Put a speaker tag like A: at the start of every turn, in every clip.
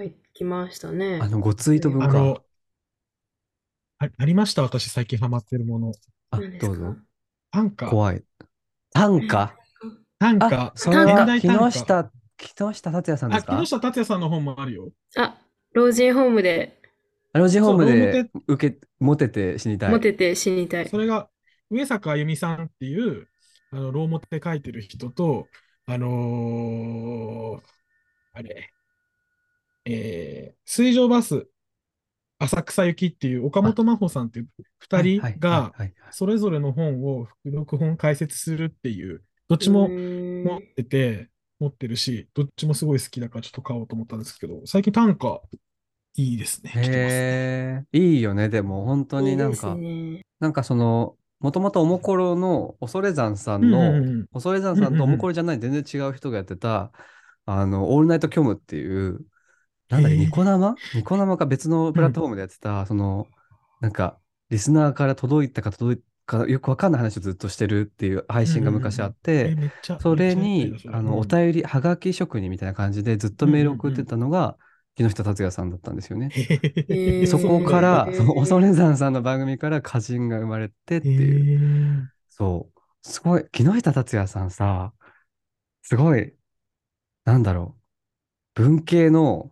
A: はい、来ましたね。
B: あの、ごツイート
A: え
B: 文
A: ー
C: あ
B: か。
C: の、あ、ありました、私、最近ハマってるもの。
B: あ、
A: 何です
B: どう
A: か
B: ぞ。
C: 短歌。
B: 怖い。短歌
C: 短
B: あ
C: 歌。、
B: それ
A: 短
C: 現
B: は
A: 歌
C: 代
B: 木
C: 短歌。
B: 下、木下達也さんで
C: あ、
B: すか
C: 木下達也さんの本もあるよ。
A: あ、老人ホームで
B: 老人ホー
C: そう、
B: ム
C: ロー
B: で
C: モテ、
B: 受け、モテて死にた
A: モ
B: い。
A: テて死にたい。
C: それが、上坂あゆみさんっていう、あの、ローモテ書いてる人と、あのーあれ、えー水上バス、浅草行きっていう岡本真帆さんっていう二
B: はい
C: 人
B: はいはい
C: が、
B: はいはい。
C: それぞれの本を、読本解説するっていう、ど
A: う
C: っちも、
A: ー
C: 持っ
A: ん。
C: てて、持ってるし、どっちもすごい好きだからちょっと買おうと思ったんですけど、最近単価いいですね。来てますね。
B: へえ、いいよね。でも本当
A: い
B: に
A: い
B: な
A: で
B: ん
A: す
B: か、
A: ね。
B: なんかその、もともとおもころの恐山さ
C: うんんうん
B: の、
C: うん。
B: 恐山
C: うん
B: さ
C: うん
B: とお
C: んう
B: もこ
C: ん。
B: ろじゃない全然違う人がやってた、あの、オールナイト虚無っていう、なんだっけ、
C: へ
B: ニ
C: え。
B: コ生ニコ生か別のプ
C: う
B: ラットフ
C: ん。
B: ォームでやってた、その、なんか、リスナーから届いたか届いたか、よくわかんない話をずっとしてるっていう配
C: うんう
B: 信
C: ん
B: が
C: うん
B: 昔あっ
C: うん。え、
B: て、
C: めっちゃ、
B: そ
C: め
B: れ
C: っちゃやってる
B: に、
C: な、それ。
B: あ
C: う
B: の、お
C: ん。
B: 便り、はがき職人みたいな感じでずっと
C: うん
B: メール
C: うん
B: 送
C: う
B: って
C: ん。
B: たのが、木下達也さんだったんですよね。
C: へ
A: へ
B: で、
C: え、
B: そ
C: そう
B: こ
C: な
B: か
C: んだ。
B: ら、その恐
A: え。
B: 山さんの番組から歌人が生まれてっ
C: へ
B: ていう、
C: え。
B: そう、すごい、木下達也さんさ、すごい、なんだろう、文系の、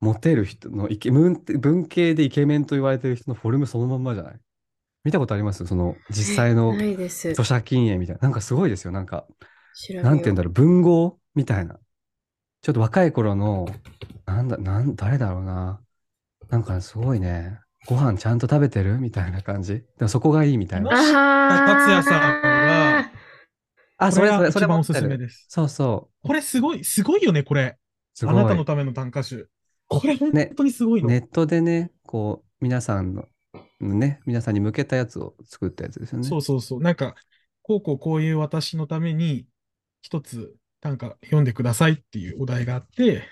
B: モテる人のイケ、文文系でイケメンと言われてる人のフォルムそのまんまじゃない見たことありますその実際
A: え、
B: の
A: ないです。
B: 著者禁煙みたいな。なんかすごいですよ。なんか、
A: 調
B: な
A: べ
B: んて言
A: よ
B: うんだろう、文豪みたいな。ちょっと若い頃の、なんだ、なん、誰だろうな。なんかすごいね。ご飯ちゃんと食べてるみたいな感じ。でもそこがいいみた
C: 木
B: いな。
A: う。あ
C: 下達也さんは、
A: は
B: あ、
C: こ
B: そ
C: れ
B: れそ
C: が
B: れ、そ
C: 一
B: れ
C: 番
B: 持
C: お
B: っ
C: す
B: て
C: すめ
B: る。
C: です。
B: そうそう。
C: これすごい、すごいよね、これ。
B: す
C: あな
B: ご
C: た
B: い。
C: のための短歌集。これ本
B: ね、
C: 当にすごい
B: ネ
C: の。
B: ットでね、こう、皆さんの、ね、皆さんに向けたやつを作ったやつですよ
C: そ
B: ね。
C: うそうそう。なんか、こうこうこういう私のために、一つ短歌読んでくださいっていうお題があって、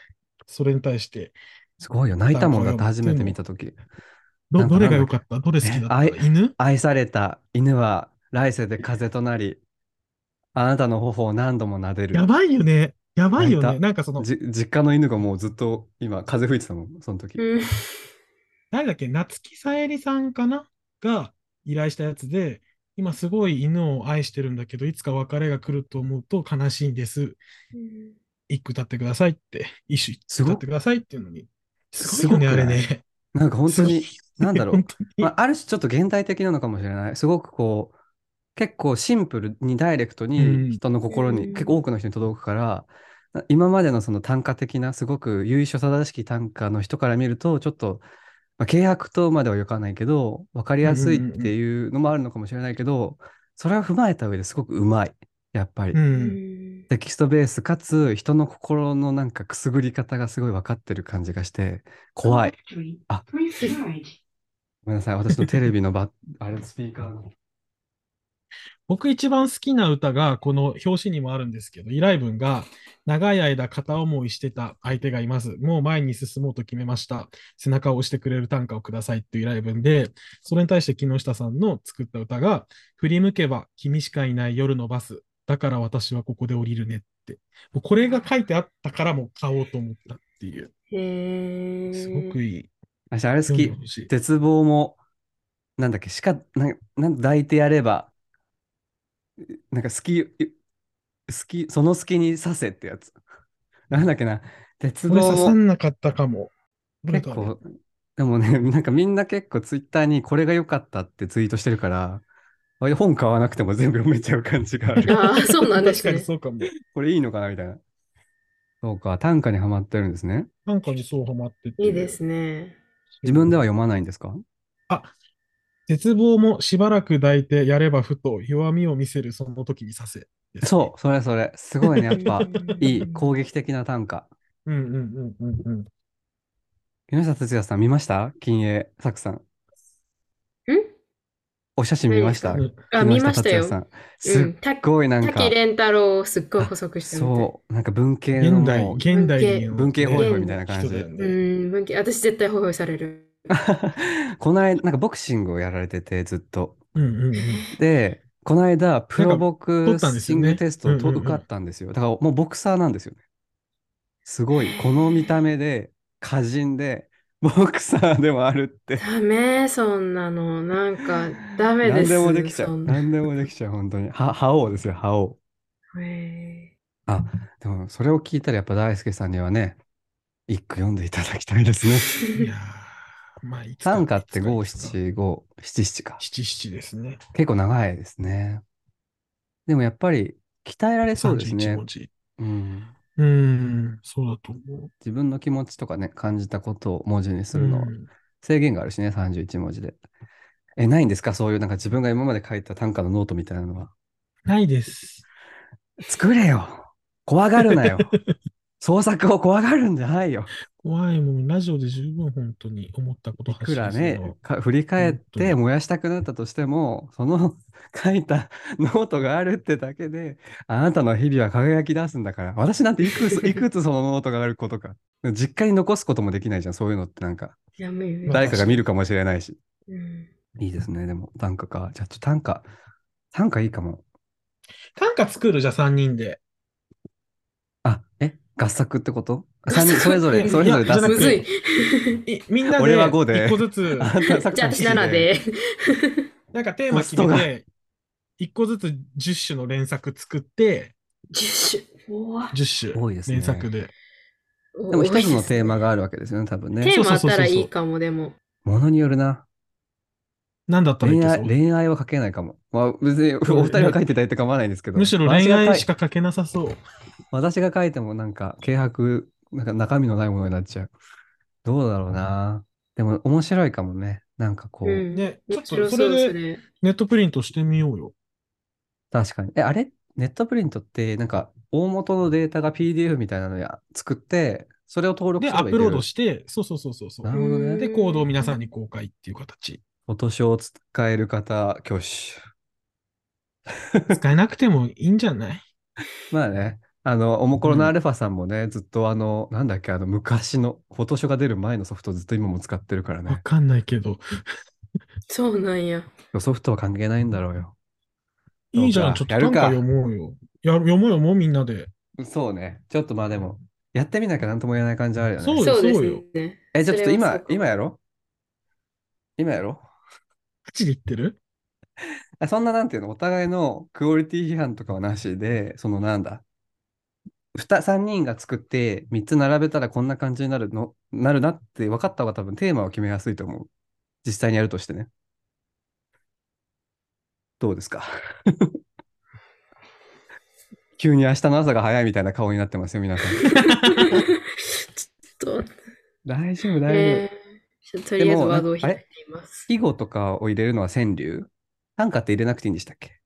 C: それに対して
B: すごいよ。泣いた
C: 短
B: も
C: 歌
B: ん
C: を
B: だって初
C: 読むってい
B: め
C: う
B: て
C: の
B: 見
C: を、
B: たとき。な
C: ど、
B: んか
C: どれ
B: なん
C: が
B: だ
C: 良
B: っ
C: かっ
B: け。
C: たどれ好き
B: え、
C: だった
B: 愛、
C: 犬
B: 愛された犬は来世で風となり、あなたの頬を何度も撫で
C: や
B: る。
C: ばいよね。やばい
B: 泣い
C: よね。
B: た。
C: なんかその、
B: じ、実家の犬がもうずっと今風吹いてたもん、その
A: い。
B: 時。
A: うん。
C: 誰だっけ夏木さえりさんかなが依頼したやつで、今すごい犬を愛してるんだけど、いつか別れが来ると思うと悲しいんです。
A: うん
C: 一句歌ってくださいって、一首
B: す
C: 歌っ
B: ご、
C: てくださいっていうのに。すごい
B: す
C: よ
B: ご
C: ね、あ
B: く
C: れ
B: ない
C: ね。
B: なんか本
C: す
B: 当
C: ごい
B: に、なん
C: ね、
B: だろ
C: 本
B: う。
C: 当
B: ま
C: に。
B: あ、ある種ちょっと現代的なのかもしれない。すごくこう、結構シンプルにダイレクト
C: う
B: に
C: ん。
B: 人の
A: う
B: 心に、結構
A: ん。
B: 多くの人に届くから、な今までのその短歌的な、すごく由緒正しき短歌の人から見ると、ちょっと、まあ、契約とまではいかないけど、分かり
C: うん
B: や
C: う
B: すいっ
C: ん
B: ていうのもあるのかもしれないけど、それを踏まえた上ですごくうまい。やっぱ
C: う
B: り。
C: んう。
A: うんん。
B: テキストベースかつ人の心のなんかくすぐり方がすごい分かってる感じがして、怖い。あ、ごめんなさい。私のテレビのバあれ、スピーカーの。
C: 僕一番好きな歌が、この表紙にもあるんですけど、依頼文が、長い間片思いしてた相手がいます。もう前に進もうと決めました。背中を押してくれる短歌をくださいっていう依頼文で、それに対して木下さんの作った歌が、振り向けば君しかいない夜のバス。だから私はここで降りるねって。もうこれが書いてあったからもう買おうと思ったっていう。すご
A: へえ。
C: くいい。
B: 私、あれ好
C: 読んで
B: き。
C: ほしい。
B: 絶望も、なんだっけ、しか、なん、なん抱いてやれば、なんか好き、好き、その好きにさせってやつ。 なんだっけな、絶
C: これ
B: 望
C: 刺さ
B: も、
C: んなかったかも。どれ
B: 結
C: だろ
B: 構、でもね、なんかみんな結構ツイッターにこれが良かったってツイートしてるから、あ本買わなくても全部読めちゃう感じがあ
C: う。
B: る。
A: ああ、そうなんで
C: 確
A: す
C: かに
A: ね。
C: そうかも。
B: これいいのかなみたいな。そうか、短歌にハマってるんですね。
C: なんかにそうハマって
A: いいで
C: て。
A: すね。
B: 自分では
C: そう
B: 読まないんですか
C: あ、絶望もしばらく抱いてやればふと弱みを見せるその時にさせですね。
B: そう、それそれ。すごいね。や
A: う
B: っ ぱ、いい
A: ん。
B: 攻撃的な短歌。
C: うんうんうんうんうん。
B: 木下哲也さん見ました金鋭作さん。
A: ん
B: お写真見
A: 何で
B: ますした
A: か
C: うん
A: あ、
B: 木
A: 見
B: 下
A: ました
B: 達也
A: よ。
B: さん。
A: う
B: すっ
A: ん。た、
B: ごいなん
A: 滝
B: か、
A: 蓮太郎をすっごい
B: あ、
A: 細くしたみたい。
B: そう、なんか文系の
C: 現代、
B: も
C: 現
A: 文
C: 代
B: う
A: 系、
C: の
B: 文系ホイホイみたい
C: ね、
A: 現、
B: な感
C: 人
B: じ
C: だよ
B: で。
A: う
C: ね。
A: ん、文系、私絶対保護される。
B: この間、なんかボクシングをやられてて、ずっと。
C: うんうんうん。
B: で、この間、プ
C: なん
B: ロボ
C: か、撮
B: ク
C: ったんで
B: シ
C: すよ
B: ング
C: ね。
B: テス
C: う
B: ト
C: ん
B: と
C: うん
B: 受
C: う
B: か
C: ん。
B: ったんですよ。だからもうボクサーなんですよね。すごい、この見
A: へ
B: た目で、歌人で、ボクサーでもあるって。
A: ダメ、そんなの。なんか、ダメ
B: 何
A: で
B: でも
A: す、
B: できちゃ。
A: そうんな。
B: 何でもできちゃう、本当に。は、覇王ですよ、覇王。
A: へ
B: でも、それを聞いたらやっぱ大輔さんにはね、一句読んでいただきたいです ね。
C: いや
A: ー
C: ーまあ、いつか
B: 短歌って
C: いつか
B: 五
C: いつか
B: 七五七七か。
C: 七七ですね。
B: 結構長いですね。でもやっぱり鍛えられそうです
C: 31
B: ね。
C: 文字。
B: うん、
C: うーん、そうだと思う。
B: 自分の気持ちとかね、感じたことを文字にするのは
C: うん
B: 制限があるしね、31文字で。え、ないんですかそういうなんか自分が今まで書いた短歌のノートみたいなのは。
C: ないです。
B: 作れよ怖がるなよ 創作を怖がるんじゃないよ
C: 怖いもん、ラジオで十分本当に思ったこと
B: いくら
C: 発信する
B: ね
C: の、
B: か 振り返っ
C: 本当
B: て
C: に
B: 燃やしたくなったとしても、その 書いたノートがあるってだけで、あなたの日々は輝き出すんだから、私なんて いくつ、いくつそのノートがあることか。実家に残すこともできないじゃん、そういうのってなんか、
A: いや、無理無理
C: まあ
B: 誰かが見るかもしれないし。
A: うん。
B: いいですね、でも、短歌か。じゃあ、ちょっと短歌、短歌いいかも。
C: 短歌作るじゃあ3人で。
B: あ、え合作ってことあ
A: 合
B: 三人
A: 作
B: それぞ
C: い
B: れ、
C: や
B: それぞれ出
C: じゃな
B: す
C: く
A: むずい。
C: いみんなで
B: 俺は五で
C: 1個ずつ、
B: あんたさっき
A: じゃあ、
B: の記
A: 私
B: 事
A: 7で。
C: なんかテーマ決めて、1個ずつ10首の連作作って、
A: 10種。うわ
C: 10
B: 多い
C: 首
B: ですね
C: 連作で。
B: でも、
A: 多い
B: 一つの
A: です
B: テーマがあるわけですよね、多分ね
A: テ。ーマあったら
C: そうそうそうそう
A: いいかも、でも。
B: ものによるな。
C: 何だったらいい
B: 恋
C: け
B: 愛
C: そう
B: 恋愛は書けないかも。まあ、別 にお二人が書いていただいて構わないんですけど。
C: むしろ
B: 私
C: 恋
B: が書い
C: 愛しか書けなさそう。
B: 私が書いてもなんか、軽薄、なんか中身のないものになっちゃう。どうだろうな。でも、面白いかもね。なんかこう、
A: うん。
C: ね、ちょっ
A: 面
C: と
A: 白
C: そ
A: そう
C: れ
A: そ
C: で
A: れ。
C: ネットプリントしてみようよ。
B: 確かに。え、あれネットプリントって、なんか、大元のデータが PDF みたいなのや作って、それを登録
C: で、
B: す
C: ア
B: れば
C: ッ
B: いけ
C: プ
B: る。
C: ロードして、そうそうそうそうそ
B: な
C: う。
B: るほど
A: うん
B: ね。
C: で、コードを皆さんに公開っていう形。
B: お年を使える方、挙手。
C: 使えなくてもいいんじゃない
B: まあね、あの、おもころ
C: う
B: の
C: ん
B: アルファさんもね、ずっとあの、なんだっけ、あの、昔の、フォトショーが出る前のソフトずっと今も使ってるから
C: わ
B: ね。
C: かんないけど。
A: そうなんや。
B: ソフトは関係ないんだろうよ。そうか
C: いいじゃん、ちょっと
B: やる
C: 短
B: か
C: 歌読もうよ。や読もうよ、もうみんなで。
B: そうね。ちょっとまあでも、やってみなきゃなんとも言えない感じはあるよね。
C: そうよ
A: そうで
C: そうよ
A: すね。
B: え、じゃあちょっ
A: それ
B: と
A: は
B: 今
A: そう、かも
B: 今やろ今やろ
C: ガチで言ってる
B: あそんななんていうの、お互いのクオリティ批判とかはなしで、そのなんだ。3人が作って3つ並べたらこんな感じになるの、なるなって分かった方が多分テーマを決めやすいと思う。実際にやるとしてね。どうです か急に明日の朝が早いみたいな顔になってますよ、皆さん。
A: ちょっと、
B: 大丈夫、大丈夫。
A: えーちょっととりあえず
B: でも
A: ワードを
B: なんか
A: 開いています。
B: 季語とかを入れるのは川柳短歌って入れなくていいんでしたっけ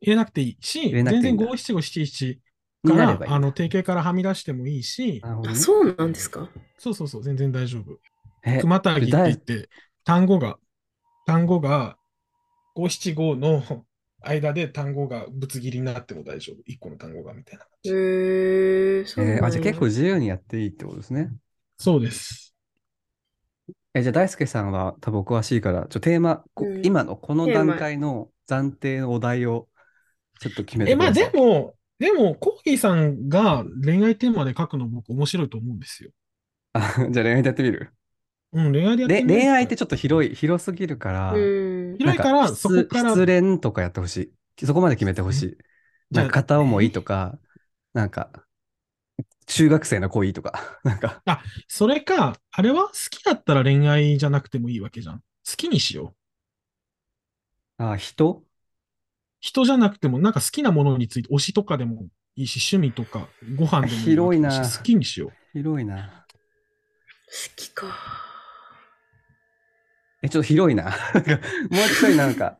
C: 入れなくていいし、
B: 入れなく
C: 全
B: ていいん
C: 然
B: だ
C: 五七五七七か
B: になれ
C: ら
B: ばいい。
C: あの定型からはみ出してもいいし、
B: なるほど
A: あ、
B: ね
A: そうなんですか
C: そうそうそう、全然大丈夫。
B: え
C: 熊たぎって
B: こ
C: 言
B: れ
C: っ
B: 大
C: て、単語が、単語が五七五の間で単語がぶつ切りになっても大丈夫。一個の単語がみたいな感
A: へ
C: じ。
A: ー、そうなん
B: えー
A: や。
B: あじゃあ結構自由にやっていいってことですね。
C: そうです。
B: えじゃあ大輔さんは多分お詳しいから、ちょテーマ、こ
A: うん
B: 今のこの
A: テーマ
B: 段階の暫定のお題をちょっと決めて
C: え、
B: くだ
C: まあ
B: さい。
C: でも、でも、コーヒーさんが恋愛テーマで書くの僕面白いと思うんですよ。
B: あ じゃあ恋愛でやってみる
C: うん、恋愛でやって
B: れ
C: みる
B: 恋愛ってちょっと広い、広すぎるから、
A: うん。
C: 広いから
B: なん
C: そこか
B: 失
C: ら
B: 失恋とかやってほしい。そこまで決めてほしい。
C: じゃあ
B: なんか片思いとか、なんか、中学生の恋とか、なんか、
C: それか、あれは好きだったら恋愛じゃなくてもいいわけじゃん。好きにしよう。
B: あ人
C: 人じゃなくても、なんか好きなものについて、推しとかでもいいし、趣味とか、ご飯でもいいわけだし
B: 広いな
C: 好きにしよう。
B: 広いな。
A: 好きか。
B: え、ちょっと広いな。 なんかもうちょいなん か、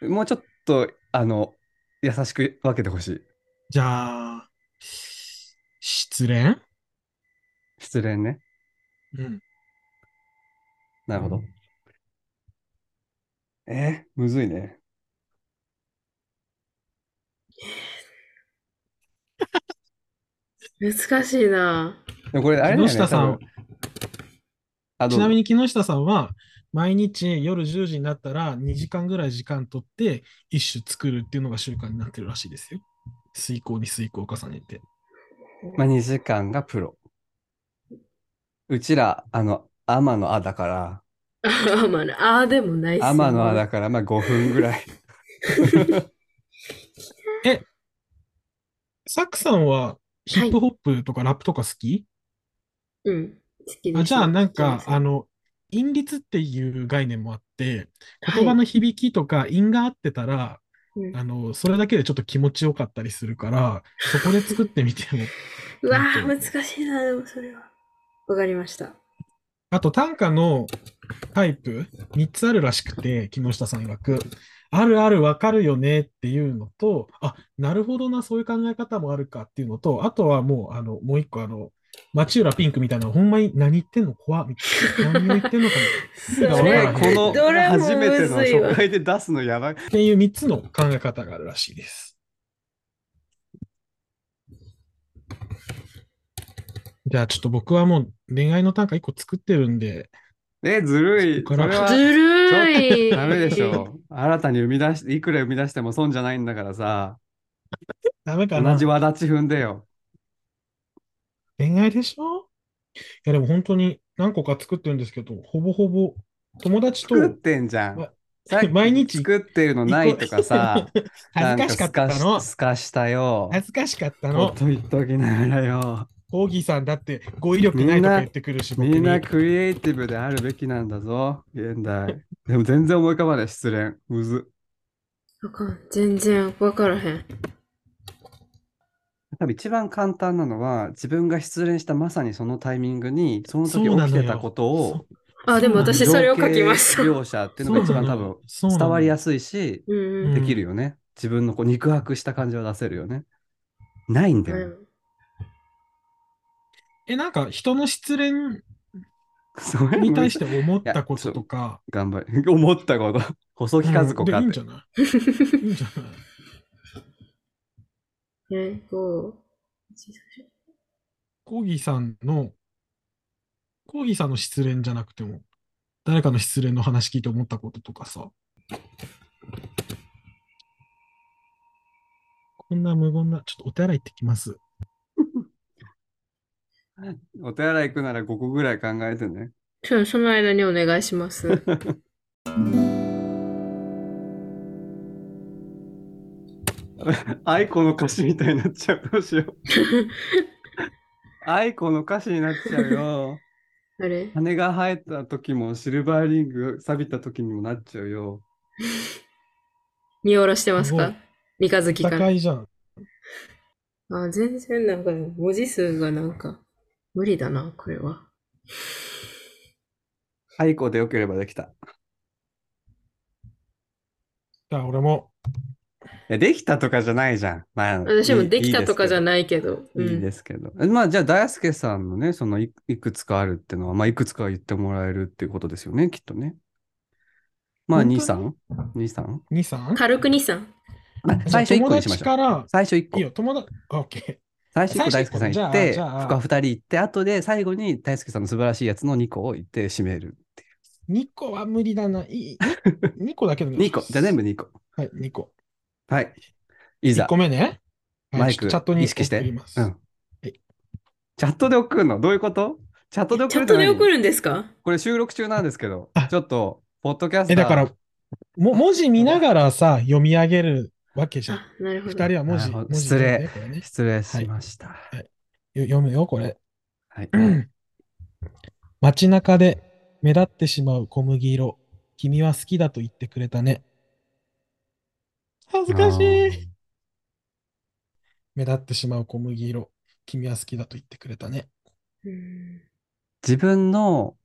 B: もうちょっと、あの、優しく分けてほしい。
C: じゃあ、失恋
B: 失恋ね。
C: うん。
B: なるほ
C: う
B: ど
C: ん。
B: えーむずいね。
A: 難しいな。
B: でもこれ、あれだよね、
C: 木下さん
B: 多分あ、どう
C: ちなみ
B: に、
C: に木下さんは、毎日夜10時になったら2時間ぐらい時間取って、一種作るっていうのが習慣になってるらしいですよ。遂行に遂行を重ねて。
B: まあ、2時間がプロ。うちら、あの、天のあだから、
A: あまあね、あーでもないっすね
B: 天のあだから、まあ5分ぐらい。
C: サックさんはヒップホップとかラップとか好き、
A: うん。好きで
C: あ
A: す
C: じゃあなんか、
A: そう
C: あの、韻律っていう概念もあって、
A: です
C: 言葉
A: はい
C: の響きとか韻が合ってたら、
A: うん
C: あの、それだけでちょっと気持ちよかったりするから、そこで作ってみても。
A: うわー、難しいな、でもそれは。わかりました。
C: あと短歌のタイプ、3つあるらしくて、木下さん曰く。あるあるわかるよねっていうのと、あ、なるほどな、そういう考え方もあるかっていうのと、あとはもう、あの、もう一個、あの、町浦ピンクみたいな、ほんまに何言ってんの怖っみたいな。何を言ってんのかも。
A: そ
C: れ
B: こ
C: 俺
B: れ、この
A: どれも
B: 初めての
A: むずいわ
B: 初回で出すのやばい。
C: っていう3つの考え方があるらしいです。じゃあちょっと僕はもう恋愛の短歌1個作ってるんで、
B: え、ずるい。そ
C: そっから
B: れは
A: ずるい。
B: ダメでしょ。新たに生み出して、いくら生み出しても損じゃないんだからさ、
C: ダメか
B: 同
C: な
B: じわだち踏んでよ。
C: 恋愛でしょいやでも本当に何個か作ってるんですけど、ほぼほぼ友達と
B: 作ってんじゃん
C: わ。
B: さっき
C: 毎日
B: 作ってるのないとかさ、
C: 恥ずかしかった
B: なん
C: の
B: すかし。すかしたよ。
C: 恥ずかしかった
B: ほ
C: の
B: っ。と言っときながらよ。
C: コーギーさんだって語彙力ないとか言ってくるし、僕
B: みんな
C: に。
B: クリエイティブであるべきなんだぞ、現代。でも全然思い浮かばない、失恋。むず。
A: あかん全然わからへん。
B: 多分一番簡単なのは、自分が失恋したまさにそのタイミングに、その時
C: そうな
B: 起
C: の
B: き
C: よ
B: てたことを、
A: あ、でも私それを書きました。
B: 情景描写っていうのが一番多分伝わりやすいし、
A: うんうん
B: できるよね。自分のこう肉薄した感じを出せるよね。ないんだよ。
C: え、なんか人の失恋
B: それ
C: に対して思ったこと とか。
B: 頑張れ。思ったこと。細木和子
C: うんで
B: か
C: いいん
B: っ
C: じ
B: て
C: ゃ。ないいいんじゃない
A: ね、こう。
C: コーギーさんの、コーギーさんの失恋じゃなくても、誰かの失恋の話聞いて思ったこととかさ。こんな無言な、ちょっとお手洗い行ってきます。
B: お手洗い行くなら5個ぐらい考えてね。
A: ちょその間にお願いします。
B: 愛子の歌詞みたいになっちゃう。どう しよう。愛子の歌詞になっちゃうよ。
A: あれ
B: 羽が生えた時もシルバーリング錆びた時にもなっちゃうよ。
A: 見下ろしてます
C: す
A: か三日月か
C: 戦
A: ら。
C: いじゃん。
A: あ、全然なんか文字数がなんか無理だな、これは。
B: 愛子でよければできた。
C: じゃあ俺も、
B: いやできたとかじゃないじゃん。まあ、
A: 私もできたとかじゃ
B: い
A: ないけど。
B: いいい
A: うん
B: ですけど。いいですけどまあ、じゃあ、大輔さんのね、そのい、いくつかあるってのは、まあ、いくつか言ってもらえるっていうことですよね、きっとね。まあ、
C: 本当
B: 2、
C: に
B: 3? 2、3?
C: 兄さん
A: 軽くにさん。
B: あ最初1個にしましょ
C: 友達か
B: う。
C: ら、
B: 最初1個
C: いい。よ、友達、あオッケ
B: 最初1個
C: 最
B: 大
C: 初一個
B: 輔さん行って、
C: じゃあじゃあ
B: 他2人行って、後で最後に大輔さんの素晴らしいやつの2個を言って締めるってい
C: ー。2個は無理だな。いい2個だけど
B: う。2個。じゃあ全部2個。
C: はい、2個。
B: はい。い
C: 1
B: ざ
C: 個、目ね。はい
B: マイ
C: ち
B: ク
C: ょっとチャットに
B: 意識して
C: 送ります
B: うん
C: はい。
B: チャットで送るのどういうことチャットで
A: チャ
B: 送る
A: ッ
B: じゃ
A: ト
B: ない
A: で送るんですか
B: これ収録中なんですけど
C: あ、
B: ちょっと、ポッドキャスター
C: え、だから、も文字見ながらさ、読み上げるわけじゃん。
A: あ、なるほ
C: 二
A: ど。
C: 人は文字。
B: なるほど
C: 文字
B: 失礼
C: ねこれね
B: 失礼しました。
C: よ読むよ、これ。
B: はい。
C: 街中で目立ってしまう小麦色。君は好きだと言ってくれたね。恥ずかしい。目立ってしまう小麦色。君は好きだと言ってくれたね。
A: うん
B: 自分の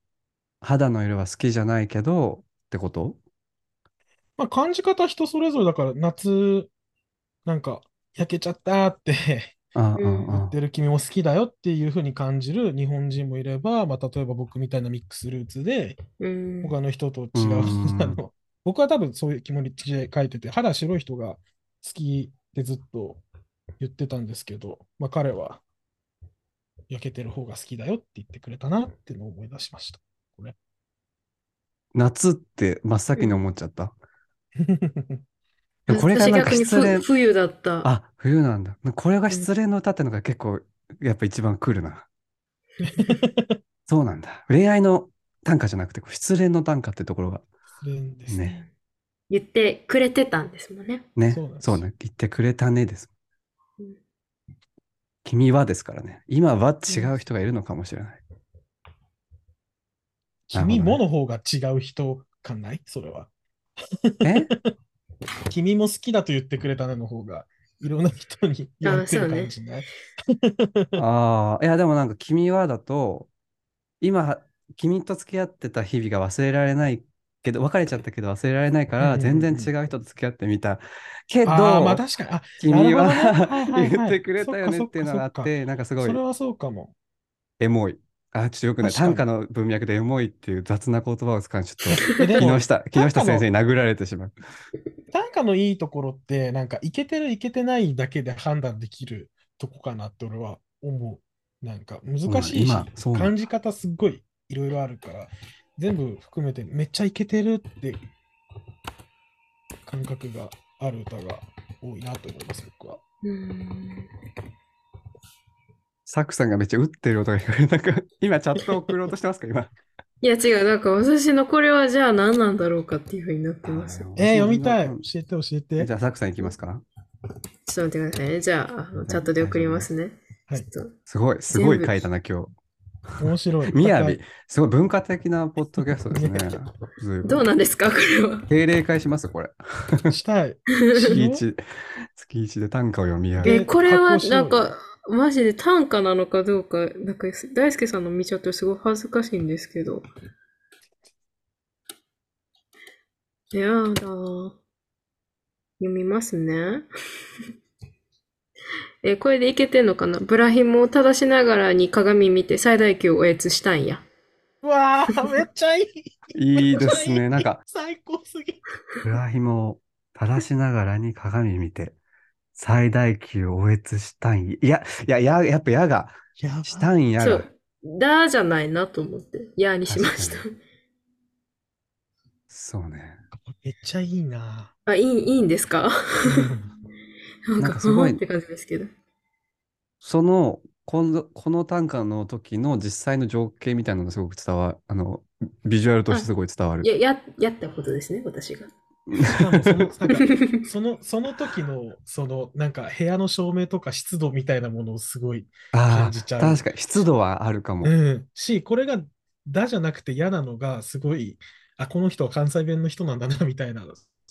B: 肌の色は好きじゃないけど、ってこと
C: まあ、感じ方人それぞれだから、夏、なんか、焼けちゃったって
B: ああ、
A: うん
B: ああああ
C: 出る君も好きだよっていうふうに感じる日本人もいれば、まあ、例えば僕みたいなミックスルーツで
A: うん。
C: 他の人と違う
B: うん
C: あの僕は多分そういう気持ちで書いてて肌白い人が好きってずっと言ってたんですけど、まあ、彼は焼けてる方が好きだよって言ってくれたなっていうのを思い出しました。
B: 夏って真っ先に思っちゃった。でもこれが
A: 私
B: なんか
A: 逆に
B: 失
A: ふ
B: 恋。
A: 冬だった。
B: あ、冬な んだ。これが失恋の歌ってのが結構、やっぱ一番来るな。そうなんだ。恋愛の短歌じゃなくて、こう失恋の短歌ってところが、
C: 失恋ですね。
B: ね
A: 言ってくれてたんですもんね。
B: ね
C: そうなんで、す
B: そうね、言ってくれたねです
A: うん。
B: 君はですからね。今は違う人がいるのかもしれない。
C: 君もの方が違う人かないそれは。
B: え
C: 君も好きだと言ってくれたねの方が、いろんな人に言われてる感じね。
B: ああ、いや、でもなんか、君はだと、今、君と付き合ってた日々が忘れられないけど、別れちゃったけど忘れられないか
C: う
B: ら、
C: んうんう
B: 全
C: ん
B: 然違う人と付き合ってみたけ
C: ああ、まあ
B: ど、
C: 確かに。あ、な
B: 君
C: るほど
B: は
C: ねはいはいはい
B: 言ってくれたよねっていうのがあって、なんかすご
C: そ
B: い
C: れはそうかも。
B: エモい。あ、ちょっとよくない。
C: 確かに
B: 短歌の文脈でエモいっていう雑な言葉を使うのちょっ
C: え で
B: と、木
C: も、
B: 下、木
C: 短歌も
B: 下先生に殴られてしまう。
C: 短歌のいいところって、なんか、いけてる、いけてないだけで判断できるとこかなって俺は思う。なんか、難しいし
B: そうなんだ今、そうなんだ
C: 感じ方すっごいいろいろあるから、全部含めてめっちゃいけてるって感覚がある歌が多いなと思います、僕は。
A: うん。
B: サックさんがめっちゃ打ってる音が聞こえる。なんか、今チャット送ろうとしてますか今。
A: いや違う、なんか私のこれはじゃあ何なんだろうかっていうふうになってますよ。
C: えー、読みたい。教
B: じ
C: えて、教えて。
B: ゃあ、サックさんいきますか
A: ちょっと待ってくださいね。じゃああの、チャットで送りますね。
C: はい
A: ちょっと
B: すごい、すごい書いたな、今日。
C: 面白い。
B: みやび、すごい文化的なポッドキャストで すね。ずいぶ
A: どうなんですか、これは。
B: 定例会しま すこれ。
C: 高いし たい。
B: 月一、月一で短歌を読み合う。
A: え、これは
C: 加工しよう
A: な
C: よ
A: んか、マジで短歌なのかどうか、なんか、大輔さんの見ちゃってすごい恥ずかしいんですけど。やだ。読みますね。 え、これでいけてんのかなブラヒモを正しながらに鏡見て最大級をおえつしたんや。
C: うわー、めっちゃいい。
B: いいです ね。なんか、
C: 最高すぎ。
B: フラヒモを垂らしながらに鏡見て、最大級を越越したんや。いや、いや、や、やっぱやが、
C: やば
B: したんや
A: そ
B: が
A: う。だじゃないなと思って、やーにしました。
B: そうね。
C: めっちゃいいな。
A: あ、いい、いいんですか なん
B: なん
A: か、
B: かすごい
A: ふーんって感じですけど。
B: その、この、この短歌の時の実際の情景みたいなのがすごく伝わる。あの、ビジュアルとしてすごい伝わる。
A: や、や、やったことですね、私が。
C: しかもそのなんかそのその時のそのなんか部屋の照明とか湿度みたいなものをすごい、
B: あ
C: 感じち
B: あ、
C: ゃう
B: 確かに湿度はあるかも。
C: うん、しこれが「だ」じゃなくて嫌なのがすごいあこの人は関西弁の人なんだなみたいな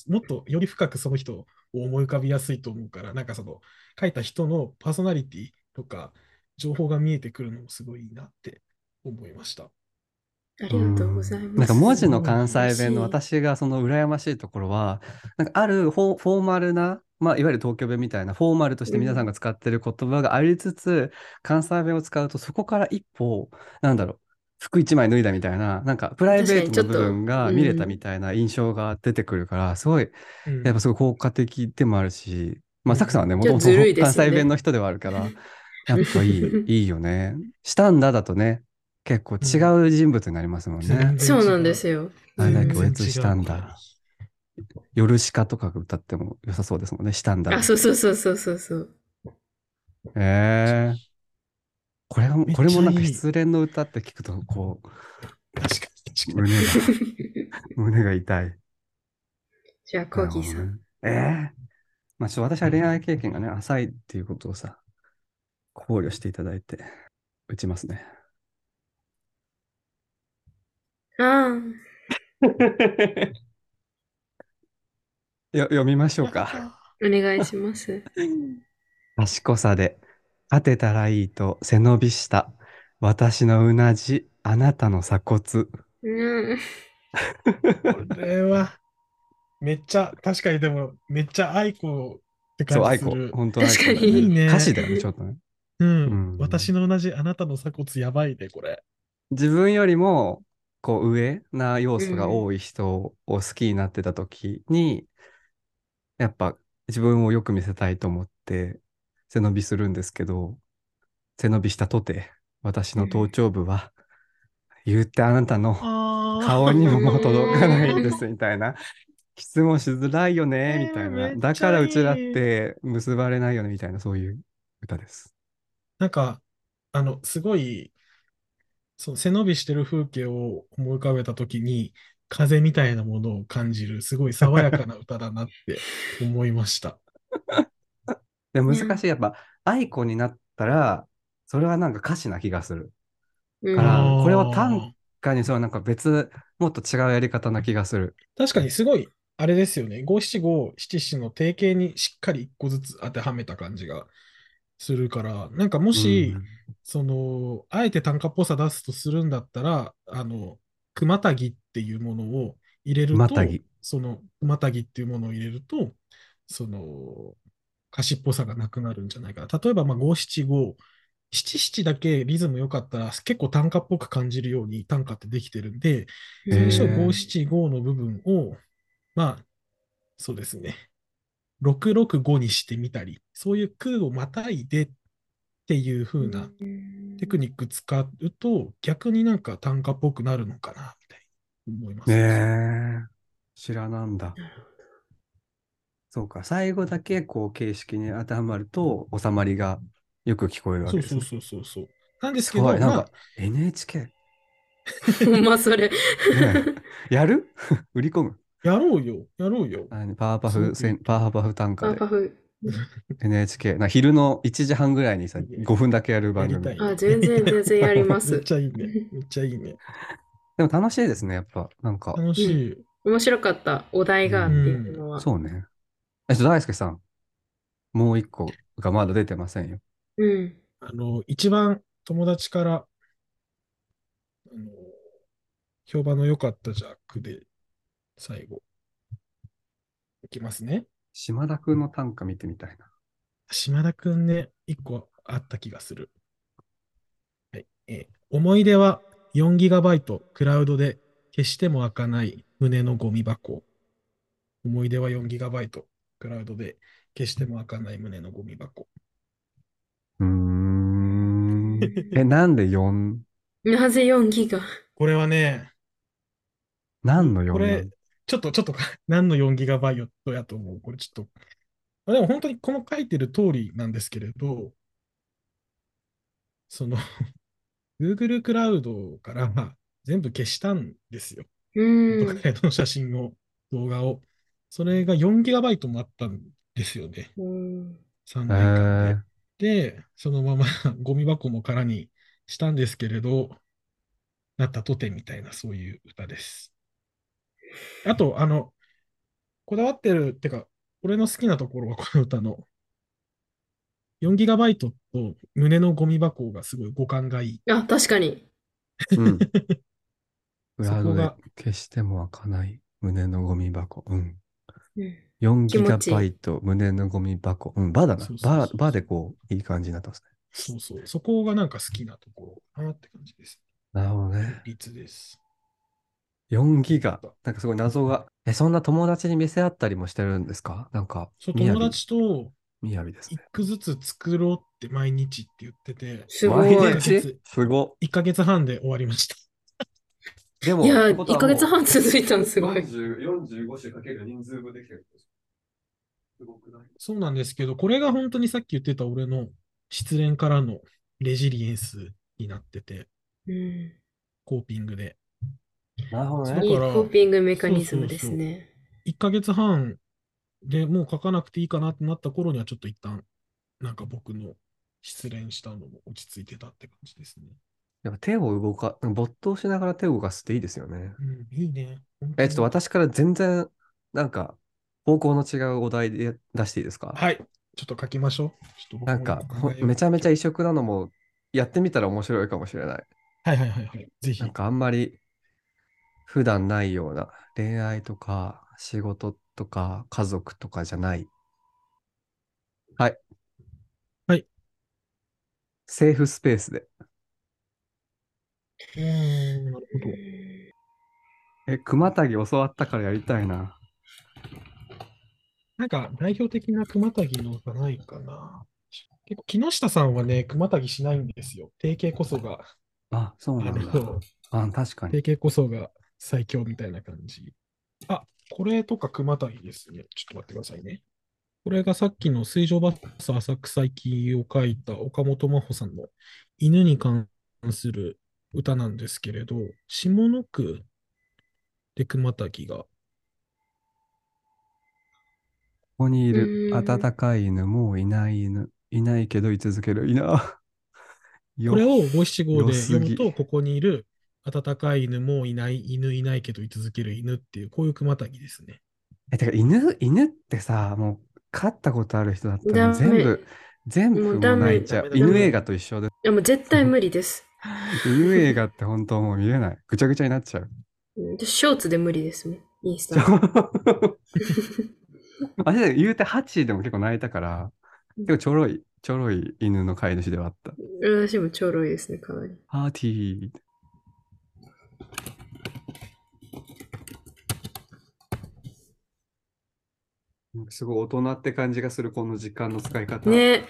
C: もっとより深くその人を思い浮かびやすいと思うからなんかその書いた人のパーソナリティとか情報が見えてくるのもすごいいいなって思いました。
A: ありがとうございます。
B: なんか文字の関西
A: 嬉し
B: 弁
A: い
B: の。私がその羨ましいところは、なんかあるフォフォーマルな、まあ、いわゆる東京弁みたいなフォーマルとして皆さんが使ってる言葉がありつつ、関西弁を使うとそこから一歩、なんだろう、服一枚脱いだみたいな、なんかプライベー
A: 確かにち
B: ト
A: ょっ
B: の
A: と
B: 部分が見れたみたいな印象が出てくるから、すごい、
C: うん
B: やっぱすごい効果的でもあるし、まあ、サクさんはね、もともと
A: ずるいです
B: 関
A: ね
B: 西弁の人ではある から、やっぱいい、いいよね。したんだだとね、結構違う人物になりますもんね。
C: 全然
A: そうなんですよ。
B: あれだけ
C: 全
B: お
C: 然
B: やつしたんだ。ヨルシカとかが歌っても良さそうですもんね。したんだ。
A: あ、そうそうそうそうそうそう。
B: ええこれも、
C: めっち
B: こ
C: ゃいい
B: れもなんか失恋の歌って聞くと、こ
C: 確かに確
B: う、
C: かに
B: 胸 が、胸が痛い。
A: じゃあ、コーギーさ
B: なる
A: ん。
B: ほどね。ええまあちょっと私は恋愛経験がね、浅いっていうことをさ、考慮していただいて、打ちますね。
A: あ
B: よ読みましょうか。。
A: あ、お願いします。
B: 賢さで勝てたらいいと背伸びした私のうなじあなたの鎖骨
A: うん。
C: これは、めっちゃ、確かにでも、めっちゃ愛子って
B: そう
C: 感
B: 愛
C: じす
B: 子
C: る。
B: 本当愛子だよ
A: 確かに
C: いいね
B: 歌詞だよねちょっとね
C: う
B: うん
C: ん。私の同じあなたの鎖骨やばいね、これ。
B: 自分よりもこう上な要素が多い人を好きになってた時に、やっぱ自分をよく見せたいと思って背伸びするんですけど背伸びしたとて私の頭頂部は言ってあなたの
C: あ
B: 顔にももう届かないん ですみたいな。質問しづらいよね、
C: えー
B: みたいな。
C: めっちゃいい
B: だからうちらって結ばれないよね、みたいな、そういう歌です。
C: なんか、あの、すごい、その背伸びしてる風景を思い浮かべたときに、風みたいなものを感じる、すごい爽やかな歌だなって思いました。
B: でも難しい。やっぱ、アイコンになったら、それはなんか歌詞な気がする。
A: うん
B: あらこれは
C: 単
B: 短他にそれはなんか別、もっと違うやり方な気がする。
C: 確かにすごい、あれですよね。五七五七七の定型にしっかり一個ずつ当てはめた感じがするから、なんかもし、
B: うん
C: その、あえて短歌っぽさ出すとするんだったら、あの、熊たぎっていうものを入れる
B: ま
C: と
B: たぎ、
C: その、熊たぎっていうものを入れると、その、歌詞っぽさがなくなるんじゃないかな。例えば、まあ、五七五、七七だけリズム良かったら、結構短歌っぽく感じるように短歌ってできてるんで、
B: へー
C: 最初五七五の部分を、まあ、そうですね。六六五にしてみたり、そういう空をまたいでっていう風なテクニック使うと、逆になんか単価っぽくなるのかな、みたいに思います。
B: ねえ、知らなんだ
A: なる。
B: そうか、最後だけこう形式に当てはまると、収まりがよく聞こえるわ
C: そ
B: け
C: う
B: です
C: そう
B: ね。
C: そうそうそう。なんです
B: す
C: けど、
B: ごい、なん
C: ま
B: か
C: あ、
B: NHK、
A: ほんまそれ。
B: ね えやる売り込む
C: やろうよ、やろうよ。
B: あのパワーパフ
C: そう
B: せん、パワーパフ単
A: パー
B: 価で
A: パフ。
B: NHK、な昼の1時半ぐらいにさ、5分だけやる
C: や
B: 番
C: り
B: 組。
C: た
B: で
C: い。
A: あ全然全然やります
C: めっちゃいいね。めっちゃいいね。
B: も楽しいですね、やっぱ。なんか、
C: 楽しい。
A: 面白かった。お題がっていうのは。
B: そうね。えっと、大輔さん、もう一個がまだ出てませんよ。
A: うん。
C: あの、一番友達から、あの、評判の良かったジャックで、最後、いきますね。
B: 島田君の短歌見てみたいな。
C: 島田くんね、一個あった気がする。はい。えー思い出は 4GB クラウドで消しても開かない胸のゴミ箱。思い出は 4GB クラウドで消しても開かない胸のゴミ箱。
B: うーん。 え、なんで4、
A: なぜ4ギガ
C: これはね、
B: 何の4
C: これ、ちょっと、ちょっと、 何の 4GB やと思う。これちょっと。まあでも本当にこの書いてる通りなんですけれど、その、Google クラウドから全部消したんですよ。
A: う
C: 元
A: ん。
C: カレの写真を、動画を。それが 4GB もあったんですよね。
A: うん
B: え
C: 3年間で
B: ー。、
C: で、そのまま ゴミ箱も空にしたんですけれど、なったとてみたいな、そういう歌です。あと、あの、こだわってる、ってか、俺の好きなところはこの歌の、4GB と胸のゴミ箱がすごい五感がいい。
A: あ、確かに。
B: うん。クラウド
C: そ
B: で
C: こ
B: 消しても開かない胸のゴミ箱。うん。
A: うん
B: 4
A: 気
B: ギガ
A: 持ちいい
B: バイト胸のゴミ箱。うん、バーだな
C: そう。そうそう
B: バー、バーでこう、いい感じになってます
C: そうそう。そこがなんか好きなところかなって感じです。
B: ね。なるほどね。
C: 律です。
B: 4ギガ。なんかすごい謎が。え、そんな友達に見せ合ったりもしてるんですかなんか、
C: そう、
B: みや
C: 友
B: び
C: 達と
B: みやびです
C: 一
B: ね。
C: 句ずつ作ろうって毎日って言ってて、
A: すごい。
B: 毎
A: い
B: 日すご
C: 1ヶ月半で終わりました。
B: い。でも、
A: や、
B: ってこと
A: 1
B: はも
A: ヶ
B: う
A: 月半続いたのすごい。
B: 40 45種かける人数分できてる。すごくない
C: そうなんですけど、これが本当にさっき言ってた俺の失恋からのレジリエンスになってて、
A: うん
C: コーピングで。
B: なるほど
C: だ
B: ね。
A: いい
C: から
A: コーピングメカニズムですね。
C: 1ヶ月半でもう書かなくていいかなってなった頃にはちょっと一旦、なんか僕の失恋したのも落ち着いてたって感じですね。
B: やっぱ手を動か、没頭しながら手を動かすっていいですよね。
C: うん、いいね。本当
B: え、
C: に
B: ちょっと私から全然、なんか、方向の違うお題で出していいですか
C: はい。ちょっと書きましょう。ちょっと僕
B: なんか、
C: も
B: ほ
C: 考えよう
B: めちゃめちゃ異色なのも、やってみたら面白いかもしれない。
C: はいはいはいはい。ぜひ
B: なん。かあんまり、普段ないような、恋愛とか、仕事とか、家族とかじゃない。はい。
C: はい。
B: セーフスペースで。
C: うーん、なるほど。
B: え、熊谷教わったからやりたいな。
C: なんか代表的な熊たぎのがないかな。結構木下さんはね、熊たぎしないんですよ。定型こそが、
B: あ、そう
C: あ
B: なんだ。
C: の、
B: あ、確かに。
C: 定型こそが最強みたいな感じ。あ、これとか熊たぎですね。ちょっと待ってくださいね。これがさっきの水上バス浅草行きを書いた岡本真帆さんの犬に関する歌なんですけれど、下の句で熊滝が、
B: ここにいうる
A: ーん
B: 暖かい犬、もういない犬、いないけど居続ける犬。 よ
C: これを五七五
B: 良
C: です
B: ぎ
C: 読むと、ここにいる暖かい犬もういない、犬いないけど居続ける犬っていう、こういう熊滝ですね。
B: え、てか犬、犬ってさ、もう飼ったことある人だったら
A: ダ
B: 全
A: メ。
B: 部、全部
A: も
B: も
A: う
B: う
A: ダメ
B: 泣いちゃう。
C: ダメ
A: ダメ
B: 犬映画と一 緒で。
A: いや、もう絶対無理です。
B: 犬映画って本当もう見れない。ぐちゃぐちゃになっちゃう。
A: うん私ショーツで無理ですもん。インスタ。
B: あれ言うてハチでも結構泣いたから、結構ちょろい、ちょろい犬の飼い主ではあった。
A: 私もちょろいですね、かなり。
B: パーティー。なんかすごい大人って感じがするこの時間の使い方。
A: ね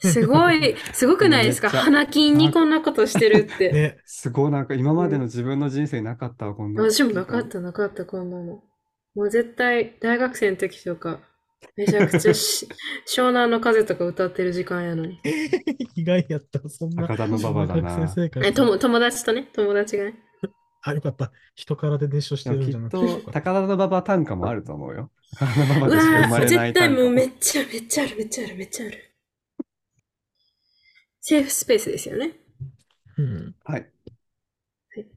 A: すごい、すごくないですか
B: めっちゃ
A: 花金にこんなことしてるって。
C: ね、
B: すごいなんか今までの自分の人生なかったわ、こんな。
A: 私もなかったなかったこんなの。もう絶対大学生の時とかめちゃくちゃ し湘南の風とか歌ってる時間やのに。
C: 意外やった、そんな。
B: 高田馬場だな
C: 学生生活
A: えとも友達とね友達がね。
C: あ、よかった。人からで熱唱して
B: でも
C: るん
B: き
C: じゃな
B: っ
C: くて。
B: と高田の馬場短歌もあると思 うよ。高田馬
A: う
B: 場
A: わ
B: でしか生ま
A: ー
B: れない
A: 絶対
B: 短歌
A: もうめっちゃめっちゃあるめっちゃあるめっちゃある。セーフスペースですよね。
C: うん
B: はい。
A: ちょっ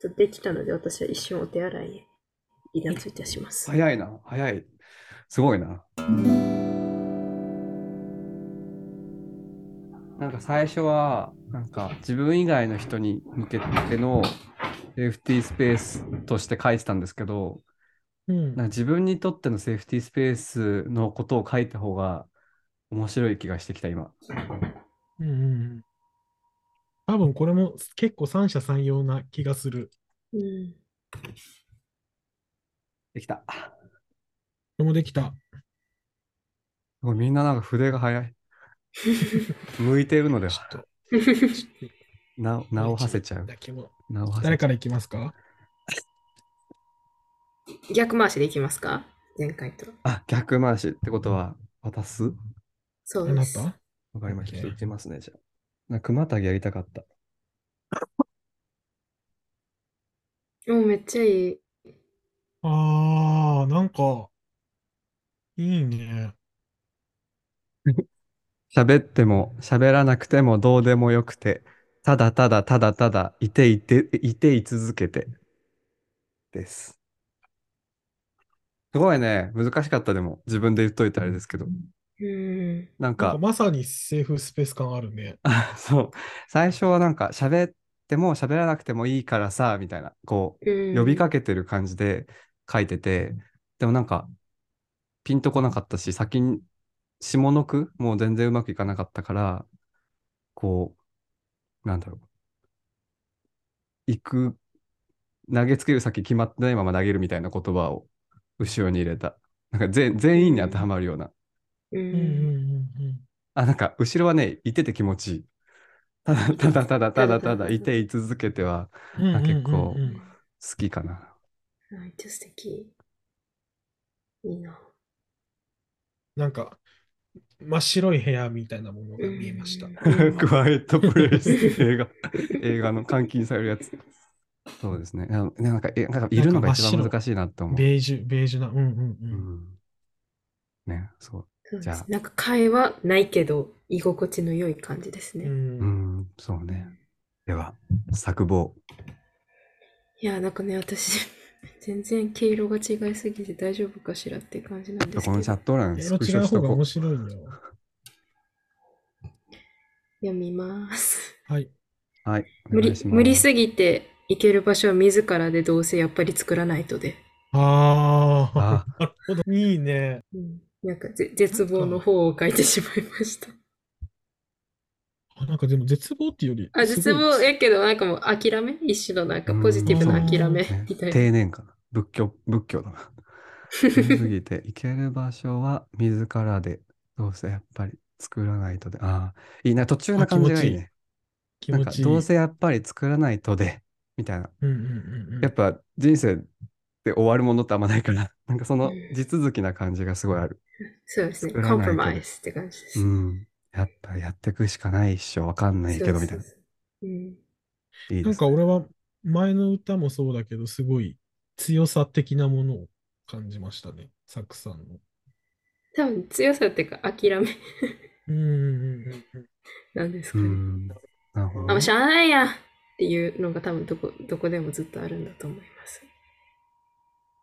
A: とできたので私は一瞬お手洗いへ離脱いたします。
B: 早いな、早い。すごいな。なんか最初は、なんか自分以外の人に向けてのセーフティースペースとして書いてたんですけど、
C: うん
B: なんか自分にとってのセーフティースペースのことを書いた方が面白い気がしてきた、今。
C: うんうん多分これも結構三者三様な気がする。
A: うん、
B: できた。
C: これもできた。
B: もうみんななんか筆が早 い。向いてるので
C: ち
B: は、
C: ょっ
B: な
C: と。
B: 名を馳せちゃう。
C: だけも
B: 名を馳
C: 誰
B: せちゃ
C: か
B: う。
C: らいきますか
A: 逆回しでいきますか前回と。
B: あ、逆回しってことは、渡す
A: そ
C: あ
A: う
C: な
A: です。
C: た
B: わかりました。ちょ
C: OK
B: っと行きますね、じゃあ。なんか熊谷やりたかった。
A: もうめっちゃいい。
C: あー、なんか、いいね。
B: 喋っても、喋らなくてもどうでもよくて、ただただただただ、いていて、いてい続けて、です。すごいね。難しかったでも、自分で言っといたあれですけど。
A: うん。
B: なん
C: なんか
B: か、
C: まさにセーフスペース感あるね。
B: そう。最初はなんか、喋っても喋らなくてもいいからさ、みたいな、こう、
A: うん、
B: 呼びかけてる感じで書いてて、でもなんか、ピンとこなかったし、先に、下の句もう全然うまくいかなかったから、こう、なんだろう。行く、投げつける先決まってないまま投げるみたいな言葉を後ろに入れた。なんか全全員に当てはまるような。
A: う
C: うんうん
A: ん。
B: あ、なんか、後ろはね、いてて気持ちいい。ただただただただただ、いてい続けては
C: うんうん。
B: あ結構
C: うんうんうんうん
B: 好きかな。
A: めっちゃ素敵。いいな。
C: なんか、真っ白い部屋みたいなものが見えました。
A: うん
B: クワイエットプレイス映 画、映画の監禁されるやつ。そうですね。ななんか、えなんかいるのが一
C: なんか真っ
B: 番
C: 白
B: 難しいなって思う。
C: ベージュ、ベージュな。うんうんう。
B: うんん、ね、そう。
A: そうです
B: じゃあ
A: なんか会話ないけど、居心地の良い感じですね。
B: う
C: うん
B: ん、そうね。では、作望。
A: いや、なんかね、私、 全然毛色が違いすぎて大丈夫かしらっていう感じなんですけ
B: こ
A: ど
B: のチ。ャット欄、
C: い
B: ス
C: ろ
B: ク
C: 違
B: ショ
C: う
B: しと
C: 方が
B: こ
C: 面
B: う。
C: 白いんだよ。
A: 読みます。
C: はい。
B: はい。お
A: 無
B: 願
A: 理
B: いします
A: 無理すぎて行ける場所は自らでどうせやっぱり作らないとで。
C: あ
B: あ
C: あ、なるほど。いいね。
A: うん、なんかぜ絶望の方を書いてしまいました。
C: あなんかでも絶望っていうより、
A: あ、
C: す
A: 絶
C: ごい
A: 望やけど、なんかもう諦め一種のなんかポジティブな諦め
B: ね
A: みたいな。
B: 定年かな。仏教、仏教だな。無理すぎて、行ける場所は自らで、どうせやっぱり作らないとで。ああ、いいな、途中な感じがいいね。
C: 気
B: なん
C: 持
B: か
C: ちいい。
B: どうせやっぱり作らないとで、みたいな。
C: うんうんうんうん。
B: やっぱ人生で終わるものってあんまないから、 なんかその
A: うん
B: 地続きな感じがすごいある。
A: そうですね。
B: 作ら
A: コン
B: ない
A: プロ
B: とね
A: マイスって感じです。
B: うん。やっぱやってくしかないっしょ、わかんないけど、みた
A: そ
B: いな。
A: うそうそううん
B: いい
C: な
B: で
C: ん
B: す
C: か俺は前の歌もそうだけど、すごい強さ的なものを感じましたね、サクさんの。
A: 多分強さっていうか諦め
C: うんうんうんうん。
A: なんです
B: う
A: かね。
B: ん。なるほど
A: あ、も
B: ね
A: うしゃあないやっていうのが多分どこ、どこでもずっとあるんだと思います。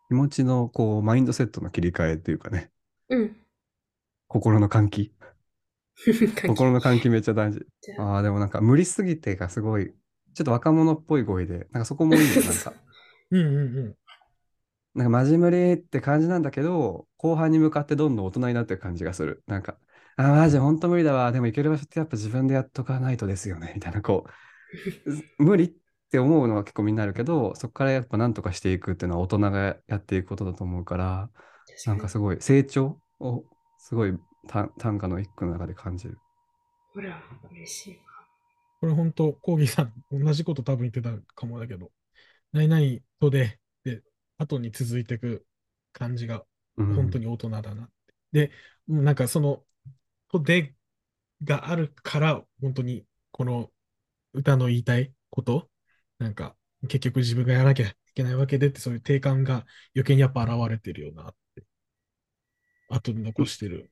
B: 気持ちの、こう、マインドセットの切り替えというかね、
A: うん。
B: 心の換気。
A: 関係
B: 心の換気めっちゃ大 事。ああ、でもなんか、無理すぎてがすごい、ちょっと若者っぽい声で、なんかそこもいいね、 なんか。
C: うんうんうん。
B: なんか真面目って感じなんだけど、後半に向かってどんどん大人になってる感じがする。なんか、ああ、マジ本当無理だわ。でも行ける場所ってやっぱ自分でやっとかないとですよね。みたいな、こ う、無理って思うのは結構みんなあるけど、そこからやっぱ何とかしていくっていうのは大人がやっていくことだと思うから、なんかすごい成長をすごい短短歌の一句の中で感じる。
A: ほら、嬉しい。
C: これ本当、コーギーさん、同じこと多分言ってたかもだけど、何々とで、で、後に続いてく感じが
B: うん、
C: 本当に大人だなって。で、うんなんかその、とでがあるから、本当にこの歌の言いたいこと、なんか結局自分がやらなきゃいけないわけでって、そういう定感が余計にやっぱ現れてるよなって。後に残してる。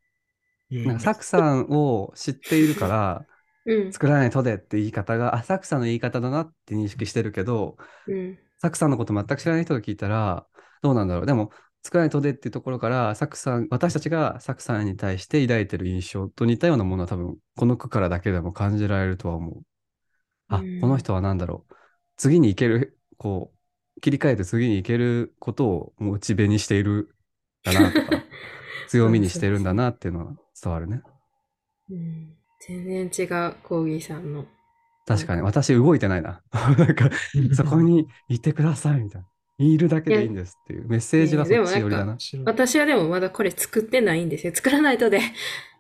B: なんかサクさんを知っているから、
A: うん。
B: 作らないとでって言い方が、あ、サクさんの言い方だなって認識してるけど、
A: うん。
B: サクさんのこと全く知らない人が聞いたら、どうなんだろう。でも、作らないとでっていうところから、サクさん、私たちがサクさんに対して抱いてる印象と似たようなものは多分、この句からだけでも感じられるとは思う。あ、
A: うん
B: この人は何だろう。次に行ける、こう、切り替えて次に行けることをモチベにしているんだなと か、強みにしてるんだなっていうのは伝わるね。
A: うん、全然違う、コーギーさんの。
B: 確かに、私動いてない な。なんか、そこにいてくださいみたいな。いるだけでいいんですっていうメッセージはそっち寄りだな。
A: 私はでもまだこれ作ってないんですよ。作らないとで、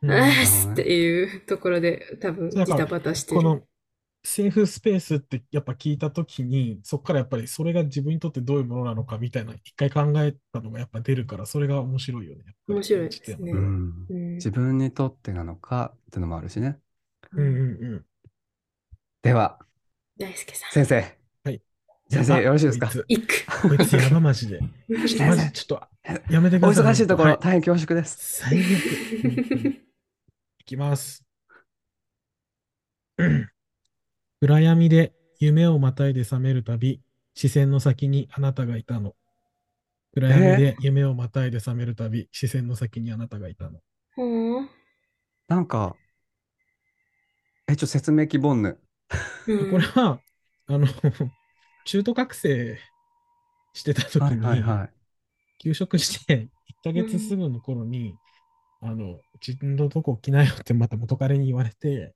C: う ん
A: あ
B: ほど
A: ー
B: ね
A: っていうところで多分
C: だ
A: ジ
C: から
A: タバタして
C: こ
A: る。
C: のセーフスペースってやっぱ聞いたときに、そこからやっぱりそれが自分にとってどういうものなのかみたいな、一回考えたのがやっぱ出るから、それが面白いよね。やっぱり
A: 面白いですね
B: うん
A: うん、
B: 自分にとってなのかってのもあるしね。
C: うんうんうん。
B: では、
A: 大輔さん。
B: 先生。
C: はい
B: 先生、よろしいですか
C: こ
A: いく。
C: いつこいつやばマ ジで。ちょっとマジ、ちょっとやめてく
B: お
C: ださい。
B: 忙しいところ、
C: はい
B: 大変恐縮です。
C: 最 悪。うんうんいきます。うん暗闇で夢をまたいで覚めるたび、視線の先にあなたがいたの。暗闇で夢をまたいで覚めるたび、視線の先にあなたがいたの。
A: ほう
B: なんか、え、ちょ、説明希望ぬ。
A: うん
C: これは、あの、中途覚醒してた時
B: はいはい
C: に、
B: はい。
C: 休職して1ヶ月すぐの頃に、あの、自分のとこ来なよってまた元彼に言われて、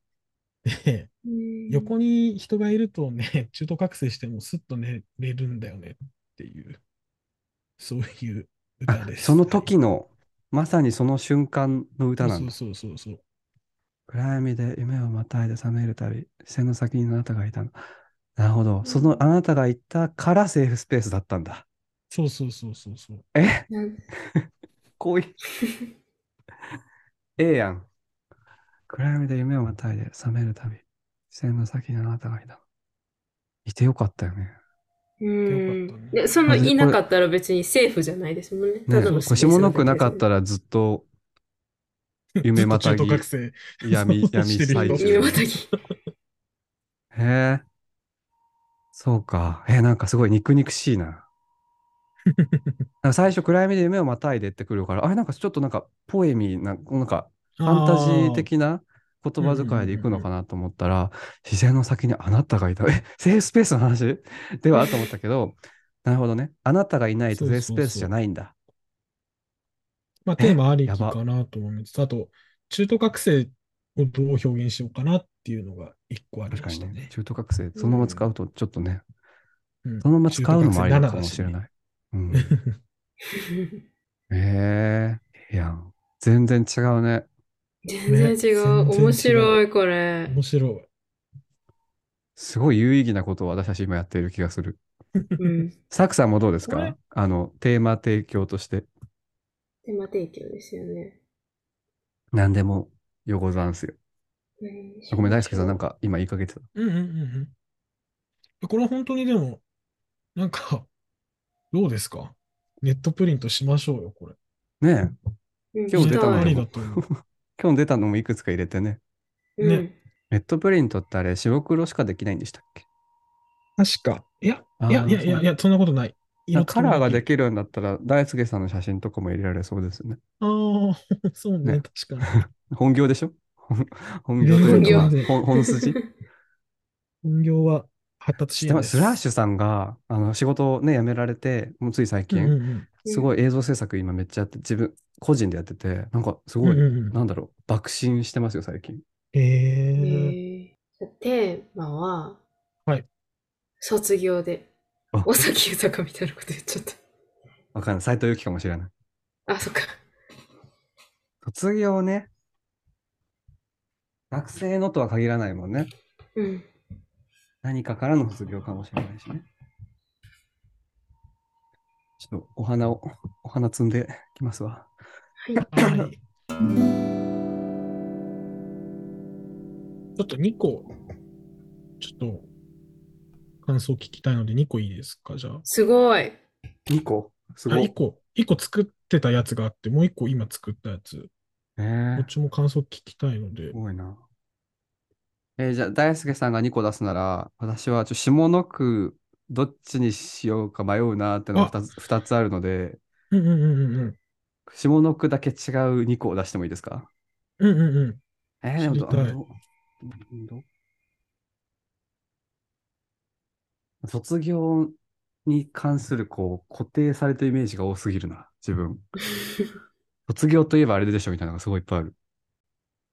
C: で、
A: うん
C: 横に人がいるとね、 中途覚醒してもスッと寝れるんだよねっていう、そういう歌
B: あ
C: です。
B: その時の、まさにその瞬間の歌
C: はい
B: なんだ。
C: そうそうそうそう。
B: 暗闇で夢をまたいで覚めるたび、視線の先にあなたがいたの。なるほど。そのあなたがいたからセーフスペースだったんだ。
C: そうそうそうそうそう。
B: え、
A: なん
B: こ ういええやん。暗闇で夢をまたいで覚めるたび、視線の先にあなたがいたの。いてよかったよね。
A: うん
C: よかったね
A: で、その
B: あで
A: いなかったら別にセーフじゃないですもんね。た
B: ね
A: だのスペース
B: 腰もなくなかった
A: ら。
B: らずっと夢またぎ
C: ずっと中途覚醒。
B: 闇、
C: そうして
B: 闇最
C: る人ら
A: 夢
B: 中
A: ま。たぎ。
B: へえ。そうか。え、なんかすごい肉々しいな。なんか最初暗闇で夢をまたいでってくるから、あれなんかちょっとなんかポエミーな、なんか ファンタジー的な言葉遣いでいくのかなと思ったら、視線の先にあなたがいた。 え、セーフスペースの話 ではと思ったけど、なるほどね。あなたがいないと
C: そう
B: セ
C: そ
B: ーフス
C: うそう
B: ペースじゃないんだ。
C: まあ、
B: え
C: テーマあり
B: や
C: き
B: ば
C: かなと思います。あと、中途覚醒をどう表現しようかなっていうのが一個あり
B: 確
C: ま
B: か
C: し
B: に
C: た
B: ね
C: ね。。
B: 中途覚醒、そのまま使うとちょっとね、
C: うん
B: そのまま使うのもありなのかもしれ
C: 中途覚醒7だしね
B: ない。うん。へ え、いやん、全然違うね。
A: 全然違う。
C: ね全然違う
A: 面白い、これ。
C: 面白い。
B: すごい有意義なことを私たち今やっている気がする。
A: うん。
B: サクさんもどうです
C: こ
B: か
C: れ
B: あの、テーマ提供として
A: テーマ提供ですよね。
B: 何でもよござんすよ。
A: 何にし
B: あ
A: よう
B: ごめん、大輔さん、なんか今言いかけてた。
C: うんうんうんうん。これは本当にでも、なんか、どうですかネットプリントしましょうよ、これ。
B: ね
A: 今
B: え今日出たの
C: あ
B: よ
C: りだと思う。
B: 今日出たのもいくつか入れてね。
A: うん。
B: レッドプリントってあれ、白黒しかできないんでしたっけ
C: 確か。いや、いや、
B: あー
C: いや、いや、いや、そんなことない。
B: なんかカラーがで
C: き
B: きるんだったら、大輔さんの写真とかも入れられそうですね。
C: ああ、 そうね、
B: ね
C: 確かに。
B: 本業でしょ 本業というか、まあ
C: 本業
B: 本本 筋
C: 本業は発達
B: 知
C: 支
B: って
C: 援
B: ま
C: ですす。
B: スラッシュさんがあの仕事を、ね、辞められて、もうつい最近、
C: うんうん
B: すごい映像制作今めっちゃやって、自分、個人でやってて、なんかす
C: うん
B: ごい、
C: うんうん
B: なんだろう、爆心してますよ、最近。
A: へ
C: えー
A: ーじゃあテーマは、
C: はい
A: 卒業で
B: あ、
A: 尾崎豊みたいなこと言っちゃっ
B: わかんない。斎藤由貴かもしれない。
A: た。あ、そっか。
B: 卒業ね。学生のとは限らないもんね。
A: うん。
B: 何かからの卒業かもしれないしね。ちょっとお花を、お花摘んできますわ。
C: はいちょっと2個、ちょっと感想聞きたいので2個いいですか、じゃあ。
A: すご い。
B: 2個す
C: あ
B: ごい
C: 1。個、一個作ってたやつがあって、もう1個今作ったやつ。
B: ね
C: こっちも感想聞きたいので
B: えす。ごいな。えーじゃあ、大輔さんが2個出すなら、私はちょ下の句、どっちにしようか迷うなってのが 2, つ二つあるので、
C: うんうんうんうん
B: 下の句だけ違う2個を出してもいいですか
C: うん。うんうんうん。
B: えーでもど
C: 知りたい
B: どど卒業に関するこう固定されたイメージが多すぎるな、自分。卒業といえばあれでしょみたいなのがすごいいっぱいある。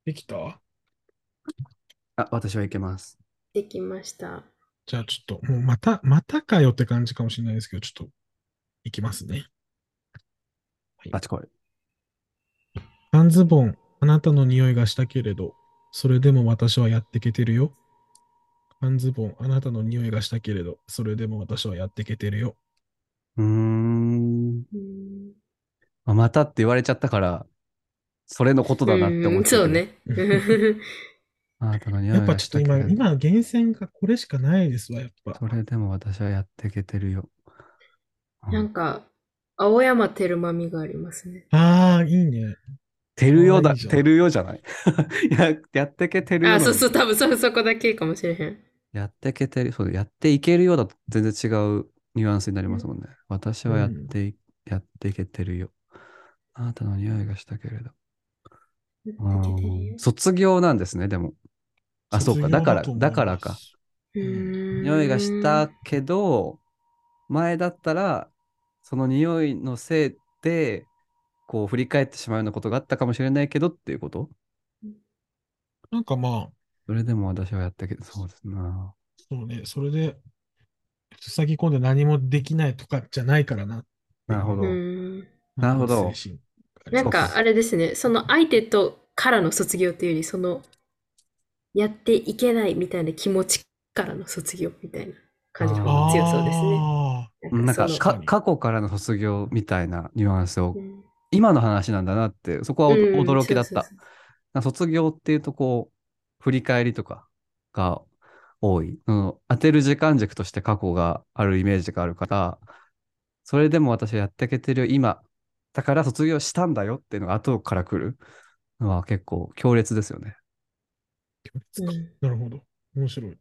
C: できた
B: あ、私はいけます。
A: できました。
C: じゃあちょっと、もうまた、またかよって感じかもしれないですけど、ちょっと、いきますね。
B: あちこい。
C: 半ズボン、あなたの匂いがしたけれど、それでも私はやってけてるよ。半ズボン、あなたの匂いがしたけれど、それでも私はやってけてるよ。
B: うーん。
A: うん
B: まあまたって言われちゃったから、それのことだなって思っ
A: ん
B: て。
A: そう。ね。
B: あなたの匂い
C: やっぱ
B: が
C: ちょ
B: し
C: っと
B: たけれ
C: 今、
B: ど
C: 今、厳選がこれしかないですわ、やっぱ
B: そ。れでも私はやっていけてるよ。うん
A: なんか、青山テルマミがありますね。
C: ああ、いいね。
B: てるよ
C: あ
B: だ、
C: いいじゃん
B: てるよじゃないややってけてるよな
A: あ、
B: のに。
A: そうそう、多分そ、そこだけかもしれへん。
B: やってけてる、そうだやっていけるようだと全然違うニュアンスになりますもんね。私はやってい、やっていけてるよ。あなたの匂いがしたけれど。うん卒業なんですね、でも。あ、そうか。だから、だからか。匂
A: 匂
B: いがしたけど、前だったら、その匂いのせいで、こう振り返ってしまうようなことがあったかもしれないけどっていうこと
C: なんかまあ、
B: それでも私はやったけど、そうですな。
C: そうね、それで、塞ぎ込んで何もできないとかじゃないからな。
B: なるほど。
A: うん。
B: なるほど
C: 精神
A: なんか、あれですね、その相手とからの卒業っていうより、その、やっていけないみたいな気持ちからの卒業みたいな感じの方が強そうですね。
C: あ
B: なんか
A: その
B: か
C: 確か
B: 過去からの卒業みたいなニュアンスを
A: うん
B: 今の話なんだなってそこはお
A: うん
B: 驚きだっ
A: そう
B: た
A: そう。
B: なんか卒業っていうとこう振り返りとかが多いその当てる時間軸として過去があるイメージがあるからそれでも私はやっていけてるよ今だから卒業したんだよっていうのが後から来るのは結構強烈ですよね。
A: そ
C: に
A: ううん
C: なるほど。面白い。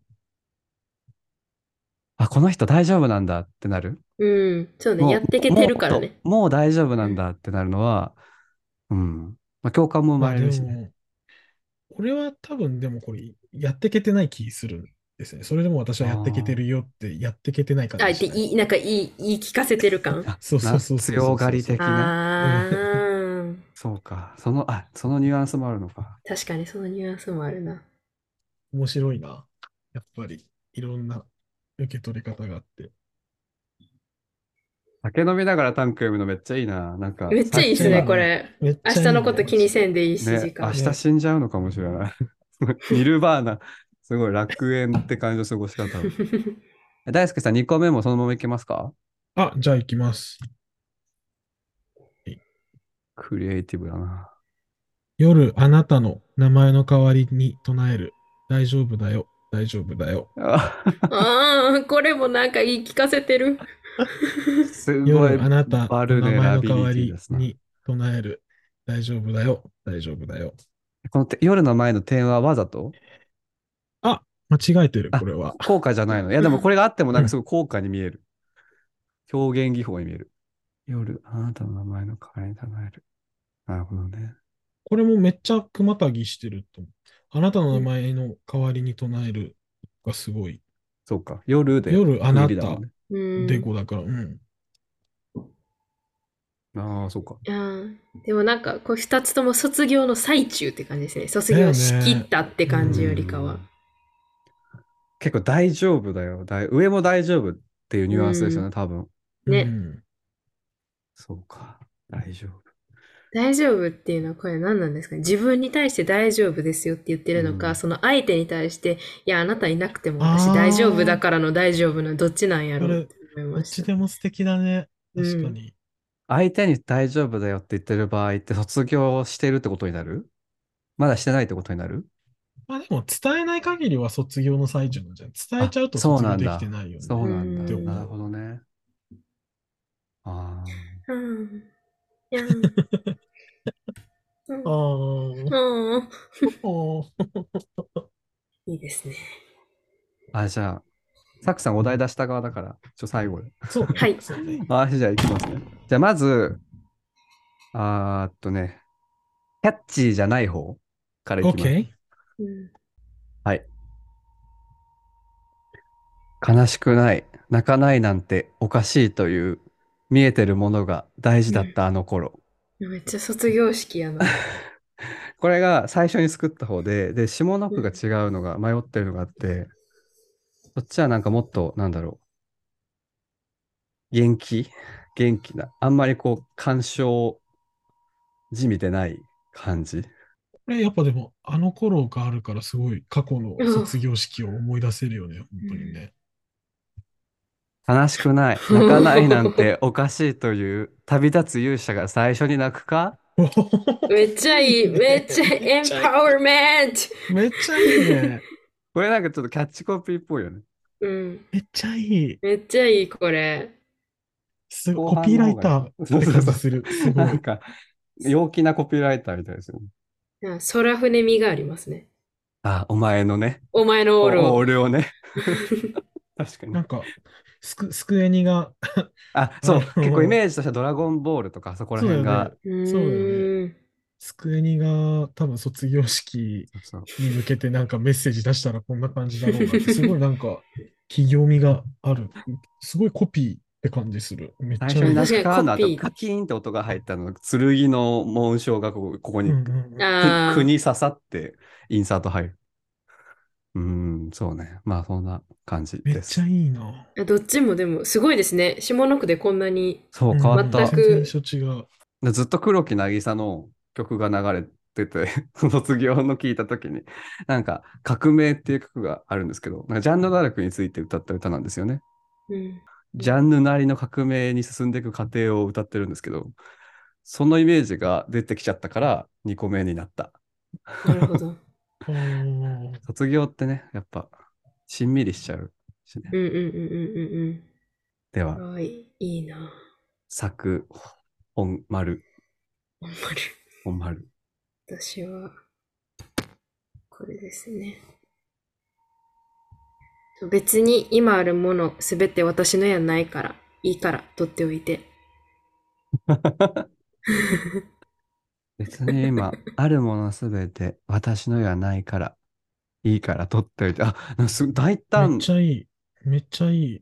B: あこの人大丈夫なんだってなる。
A: うん、そうね、
B: もう
A: やっていけてるからね。
B: もうもう大丈夫なんだってなるのは、うん。まあ、共感も生まれるし
C: まあで
B: ね。
C: も、これは多分でもこれ、やってけてない気するんですね。それでも私はやってけてるよって、やってけてない感
A: あえ
C: じ
A: て
C: でしたね。
A: いい、なんかいい、言い聞かせてる感。
B: あ
C: そうそうそう
B: な
C: そうそう
B: 強がり的な。
A: ああー、
B: そうか。その、あ、そのニュアンスもあるのか。
A: 確かにそのニュアンスもあるな。
C: 面白いな。やっぱり、いろんな受け取り方があって。
B: 酒飲みながら短歌読むのめっちゃいいな。なんか、
A: めっちゃいいですね、これ。
C: めっちゃ
A: 明
C: いいね
A: 日のこと気にせんでいいし、
B: ね
A: 時、間
B: 明。日死んじゃうのかもしれない。 ニルバーナ、すごい楽園って感じの過ごし方。大輔さん、2個目もそのままいけますか
C: あ、じゃあ行きます。
B: クリエイティブだな。
C: 夜、あなたの名前の代わりに唱える。大丈夫だよ。大丈夫だよ。
B: あ
A: ああ、これもなんか言い聞かせてる。
B: すごい
C: 夜、あなた、
B: バルネ
C: 名前
B: ラ
C: の
B: ビ
C: 代わ
B: リティ
C: り
B: ですな。
C: に唱える。大丈夫だよ。大丈夫だよ。
B: このて夜の前の点はわざと
C: 間違えてる、これは。
B: 効果じゃないの。いや、でもこれがあってもなんかすごい効果に見える。表現技法に見える。夜、あなたの名前の代わりに唱える。なるほどね。
C: これもめっちゃ熊たぎしてると思う。あなたの名前の代わりに唱えるがすごい。
B: そうか。夜で。
C: 夜あなた
A: うん。
C: でこだから、うん。
B: ああー、そうか。
A: あーでもなんか、こう二つとも卒業の最中って感じですね。卒業しきったって感じよりか
B: う
A: は
B: ん。結構大丈夫だよ。だい上も大丈夫っていうニュアンスですよ
A: う
B: ね、多分。
A: ね
C: うん
B: そうか。大丈夫。
A: 大丈夫っていうのはこれ何なんですかね自分に対して大丈夫ですよって言ってるの
B: う
A: か、
B: ん
A: その相手に対して、いや、あなたいなくても私
C: あー
A: 大丈夫だからの大丈夫のどっちなんやろ
C: これ
A: うって思い
C: どっ
A: まし
C: ち
A: た。
C: でも素敵だね。確かに。
B: 相手に大丈夫だよって言ってる場合って卒業してるってことになるまだしてないってことになる
C: まあでも伝えない限りは卒業の最中なんじゃない伝えちゃうと
B: あそう
C: 卒
B: な
C: 業
B: ん
C: で
B: だ
C: きてないよね。
B: そうなんだ。
C: うん
B: なるほどね。あ
A: うん。い やーうん
C: あー
A: うん
C: あー。
A: いいですね。
B: あ。あ、じゃあ、サクさんお題出した側だから、ちょ、最後で。
C: そうね。
A: はい
C: そうね。
B: あ、じゃあ、いきますね。じゃあ、まず、あーっとね、キャッチーじゃない方からいきます。
C: OK?
A: うん
B: 悲しくない、泣かないなんておかしいという、見えてるものが大事だったあの頃。
A: めっちゃ卒業式 やな。
B: これが最初に作った方で、で、下の句が違うのが、迷ってるのがあって、そっちはなんかもっと、なんだろう、元気元気な、あんまりこう、干渉じみてない感じ。
C: これやっぱでも、あの頃があるからすごい過去の卒業式を思い出せるよね、本当にね。
B: 悲しくない、泣かないなん ておかしいという、旅立つ勇者が最初に泣くか
A: めっちゃいい。めっちゃエンパワーメント。
C: めっちゃいいね。
B: これなんかちょっとキャッチコピーっぽ いよね。
A: うん。
C: めっちゃいい。
A: めっちゃいい、これ。
C: すご
B: 後
C: い。コ
B: 半
C: ピー
B: の
C: ラ
B: 方
C: イター
B: が
C: って感じする。すご
B: なん
C: い。
B: か、陽気なコピーライターみたいですよね。
A: いや空船味がありますね。
B: あ、お前のね。
A: お前のオール
B: お
A: を。
B: 俺を ね。確かに
C: なん。か、スク、スクエニが、
B: あ、 そう。
C: うん
B: 結構イメージとしてはドラゴンボールとかそこら辺が。
A: う
C: そうだよね
A: ーん。
C: スクエニが多分卒業式
B: そう
C: に向けてなんかメッセージ出したらこんな感じだろうな って、すごいなんか、企業味がある。すごいコピーって感じする。めっ
B: 最
C: ち
B: 初
C: ゃいい。
B: になんか
A: 確
B: の
A: かに
B: 後、
A: コピー
B: カキーンって音が入ったの、剣の紋章がここここに、
C: う
B: く
C: んうんうん
A: あ
B: くに刺さって、インサート入る。うーん、そうね。まあ、そんな感じ
C: めっ
B: です
C: ち。ゃいいな。
A: あ。どっちもでもすごいですね。下の句でこんなに。
B: そう、変わっ
A: うん
B: た
A: 全。く
C: 全然印象違う。
B: ずっと黒木渚の曲が流れてて、 卒業の聞いたときに、なんか、革命っていう曲があるんですけど、なんかジャンヌ・ダルクについて歌った歌なんですよね。
A: うん。
B: ジャンヌなりの革命に進んでいく過程を歌ってるんですけど、そのイメージが出てきちゃったから2個目になった。
A: なるほど。
C: あー
B: 卒業ってね、やっぱ、しんみりしちゃうしね。
A: うんうんうんうんうん
B: で
A: うん。か
B: は、
A: わいい。いいな。
B: 作、本丸、
A: あんま
B: 本丸。
A: り。私は、これですね。別に今あるものすべて私のやないから、いいから取っておいて。
B: 別に今、あるものすべて私のやないから、いいから取っておいて、あ、なんかすごい大
C: めっ
B: 胆。
C: ちゃいい。めっちゃいい。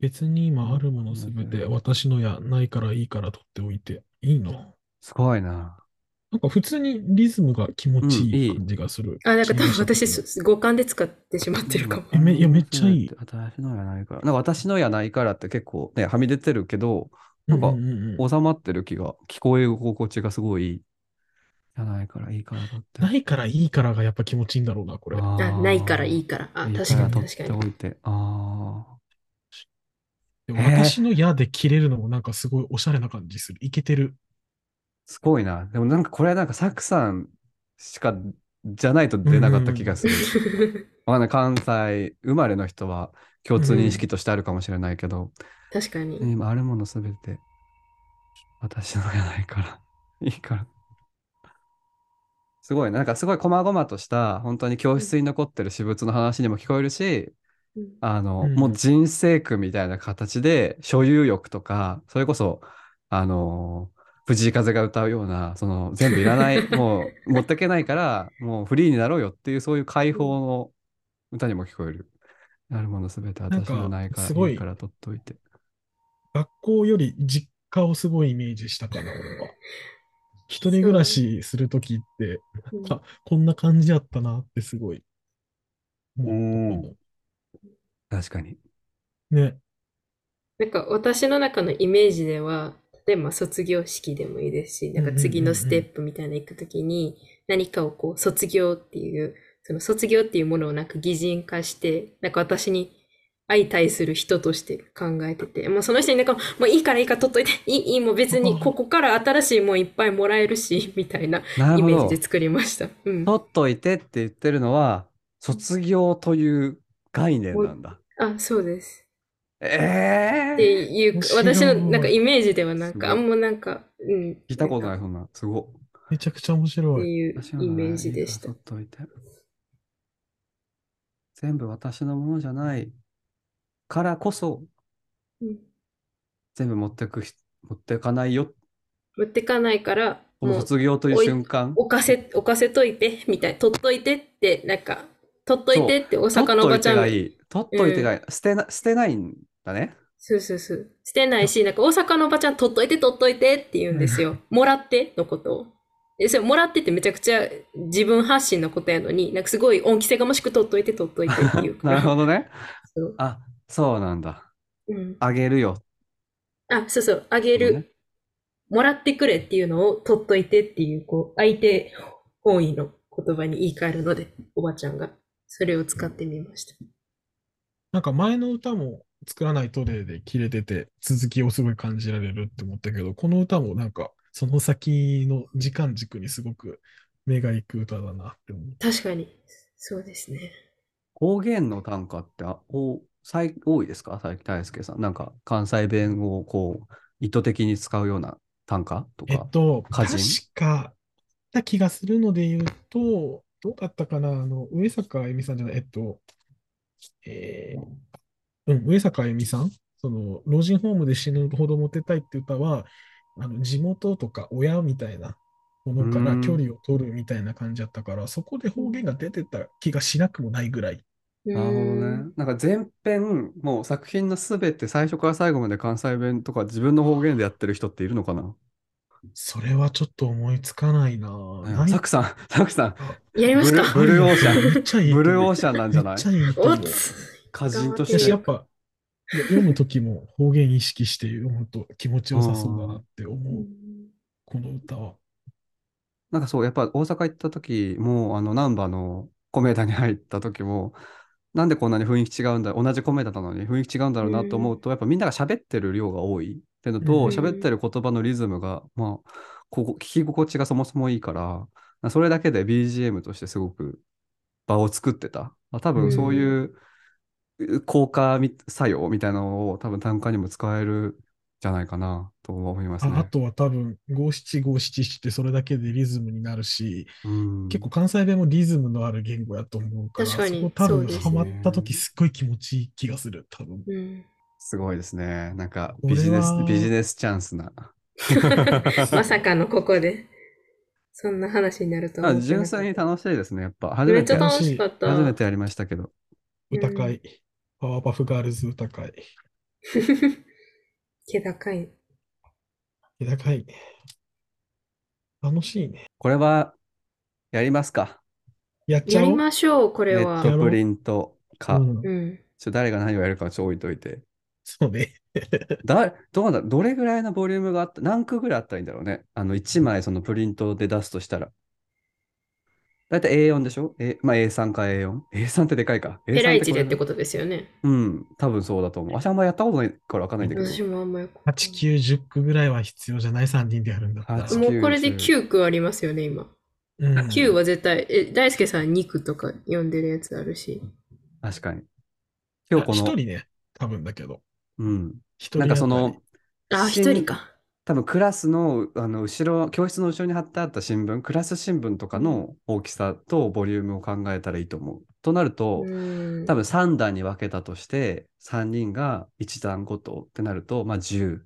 C: 別に今あるものすべて私のやないからいいから取っておいていいな。
B: すごいな。
C: なんか普通にリズムが気持ちいい感じがする。
A: あ、なんか多分私、
C: す
A: す五感で使ってしまってるかも。
C: えめいやめっちゃいい
B: 私のやないから。なんか私のやないからって結構ね、はみ出てるけど、なんか収まってる気が、聞こえ心地がすごいいい。じゃないからいいからだって。
C: ないからいいからがやっぱ気持ちいいんだろうな、これ。
B: あ
A: あ、
B: ー
A: ないからいいから。あ、
B: いい
A: 確
B: か
A: からに
B: 取
A: 確か
B: って
A: に
B: お。いて。ああ。
C: で
B: へー
C: 私の矢で切れるのもなんかすごいおしゃれな感じする。いけてる。
B: すごいな。で もなんかこれはなんかサクさんしかじゃないと出なかった気がする。わかんない関西生まれの人は共通認識としてあるかもしれないけど、
A: 確かに。
B: 今あるものすべて私のじゃないから、 いいから。すごいね、なんかすごい細々とした、本当に教室に残ってる私物の話にも聞こえるし、
A: うん
B: あの、
C: うん
B: もう人生苦みたいな形で、所有欲とか、それこそ、あの藤井風が歌うような、その全部いら ない、もう持ってけないから、もうフリーになろうよっていう、そういう解放の歌にも聞こえる。あるものすべて私のないか
C: なんかすご
B: ら、
C: い
B: いいから取っといて。
C: 学校より実家をすごいイメージしたかな、俺は。一人暮らしするときって、
A: うん
C: あこんな感じやったなってすごい。
B: うん確かに。
C: ね。
A: なんか私の中のイメージでは、例えば卒業式でもいいですし、なんか次のステップみたいなの行くときに、何かをこう卒業っていう、その卒業っていうものをなんか擬人化して、なんか私に相対する人として考えてて、もうその人になんか、もういいからいいから取っといて、いい、いい、もう別にここから新しいもんいっぱいもらえるし、みたいな
B: なる
A: イ
B: ほ
A: メー
B: ど
A: ジ。で作りました。うん。
B: 取っといてって言ってるのは、卒業という概念なんだ。
A: あ、そうです。
B: え
A: っ
B: えー、
A: ていう
C: 面
A: か、
C: 白い
A: 私のなんかイメージではなんか、あ
B: すごい
A: んまなんか、うん。
B: 聞いたことない、
A: ん
B: そんな。すご
C: めちゃくちゃ面
A: かっ
C: 白
A: て
C: い。
A: いう
B: い。
A: イメージでした
B: 取。っといて。全部私のものじゃないからこそ、
A: うん
B: 全部持ってくひ、持ってかないよ。
A: 持ってかないから、
B: この
A: もう
B: 卒業という
A: おい
B: 瞬間。
A: 置かせ、置かせといて、みたいな、取っといてって、なんか、取っといてって、大
B: 取っ
A: 阪のお
B: と
A: ば
B: い
A: ちゃ
B: て
A: ん
B: がいい。取っといてがいい。捨てな、捨てないんだね。
A: そうそうそう。してないし、なんか大阪のおばちゃん、取っといて、取っといてって言うんですよ。もらってのことを。で、それもらってってめちゃくちゃ自分発信のことやのに、なんかすごい恩着せがましく取っといて、取っといてっていうか
B: なるほどね。
A: そう
B: あ、そうなんだ。
A: うん。
B: あげるよ。
A: あ、そうそう、あげる
B: ね。
A: もらってくれっていうのを取っといてっていう、こう、相手本位の言葉に言い換えるので、おばちゃんが。それを使ってみました。
C: なんか前の歌も作らないトレイで切れてて、続きをすごい感じられるって思ったけど、この歌もなんか、その先の時間軸にすごく目が行く歌だなって思う。
A: 確かに、そうですね。
B: 方言の短歌ってあお最多いですか最近大輔さん。なんか関西弁をこう意図的に使うような短歌と
C: え
B: か
C: っ。と、
B: 歌
C: 確
B: 人
C: か、た気がするので言うと、どうだったかな、あの、上坂あゆみさんじゃない、えっと、えーうん、上坂あゆみさん、その、老人ホームで死ぬほどモテたいって歌は、あの、地元とか親みたいなものか
B: う
C: ら
B: ん
C: 距離を取るみたいな感じだったから、そこで方言が出てた気がしなくもないぐらい。
A: な
B: なるほどね。なんか前編、もう作品のすべて最初から最後まで関西弁とか自分の方言でやってる人っているのかな
C: それはちょっと思いつかないな。ない
B: サクさん、サクさん、
A: やりますか
B: ブルーオーシャン
C: めっちゃいいと思
B: ブ
C: う
B: ルーオーシャンなんじゃ
C: め
B: な
C: っ
B: い
C: ちゃいいと思
A: お
C: う
A: っつ
B: 歌人と
C: だ
B: し
C: し、や
B: て
C: っ。ぱ、いや読むときも方言意識して読むと気持ちよさそうだなって思う、この歌は。
B: なんかそう、やっぱ大阪行った時も、あの、難波の米田に入った時も、なんでこんなに雰囲気違うんだ、同じ米田なのに雰囲気違うんだろうなと思うと、やっぱみんなが喋ってる量が多いっていうの
C: うん
B: と、喋ってる言葉のリズムが、まあ、ここ聞き心地がそもそもいいから、それだけで BGM としてすごく場を作ってた。まあ、多分そういうう効果み作用みたいなのを多分単価にも使えるんじゃないかなと思います
C: ああ
B: ね。
C: とは多分、五七五七七ってそれだけでリズムになるし、
B: うん
C: 結構関西弁もリズムのある言語やと思うから、
A: 確かに
C: そこ多
A: そう
C: 分
A: です
C: ハ
A: ね
C: マったときすっごい気持ちいい気がする、多分。
A: うん。
B: すごいですね。なんか
C: これ
B: ビジネス
C: は、
B: ビジネスチャンスな。
A: まさかのここで、そんな話になるとは
B: あ
A: 思ってなかっ
B: 純
A: た
B: 粋に楽しいですね。やっぱ初
A: め
B: め
A: っちゃ
B: て、
A: 楽しかった。
B: 初めてやりましたけど。
C: 歌会、パワーパフガールズ歌会。
A: 気高い。
C: 歌会ね。楽しいね。
B: これはやりますか。
C: やっち
A: や
C: ゃ
A: り
C: おう。
A: ましょう、こ
B: ネ
A: れ
B: ッ
A: は。
B: トプリントか。
C: うん
A: う、ん。
B: ちょ誰が何をやるかはちょっと置いといて。
C: そうね。
B: だどうだどれぐらいのボリュームがあった何句ぐらいあったらいいんだろうね。あの1枚そのプリントで出すとしたら。だいたい A4 でしょ、A まあ、?A3 か A4。A3 ってでかいか。A3
A: ペライチ
B: こ
A: で
B: れ
A: ってことですよね。
B: うん、多分そうだと思う。私あんまやったことないからわかんないんだけど。
A: 私もあんまよく。
C: 8、9、10句ぐらいは必要じゃない ?3 人でやるんだったら。
B: 八
A: もうこれで9区ありますよね、今。
C: うん
A: あ Q は絶対、え、大輔さん肉とか読んでるやつあるし。
B: 確かに。今日こ
C: あ一
B: の、
C: 人ね、多分だけど。
B: うん。
C: 一人
B: なんかそ
C: あた
B: の
C: り、、
A: あ、
B: 新
A: 一人か。
B: 多分クラスの、あの、後ろ、教室の後ろに貼ってあった新聞、クラス新聞とかの大きさとボリュームを考えたらいいと思う。となると
A: う、ん。
B: 多分3段に分けたとして、3人が1段ごとってなると、まあ10。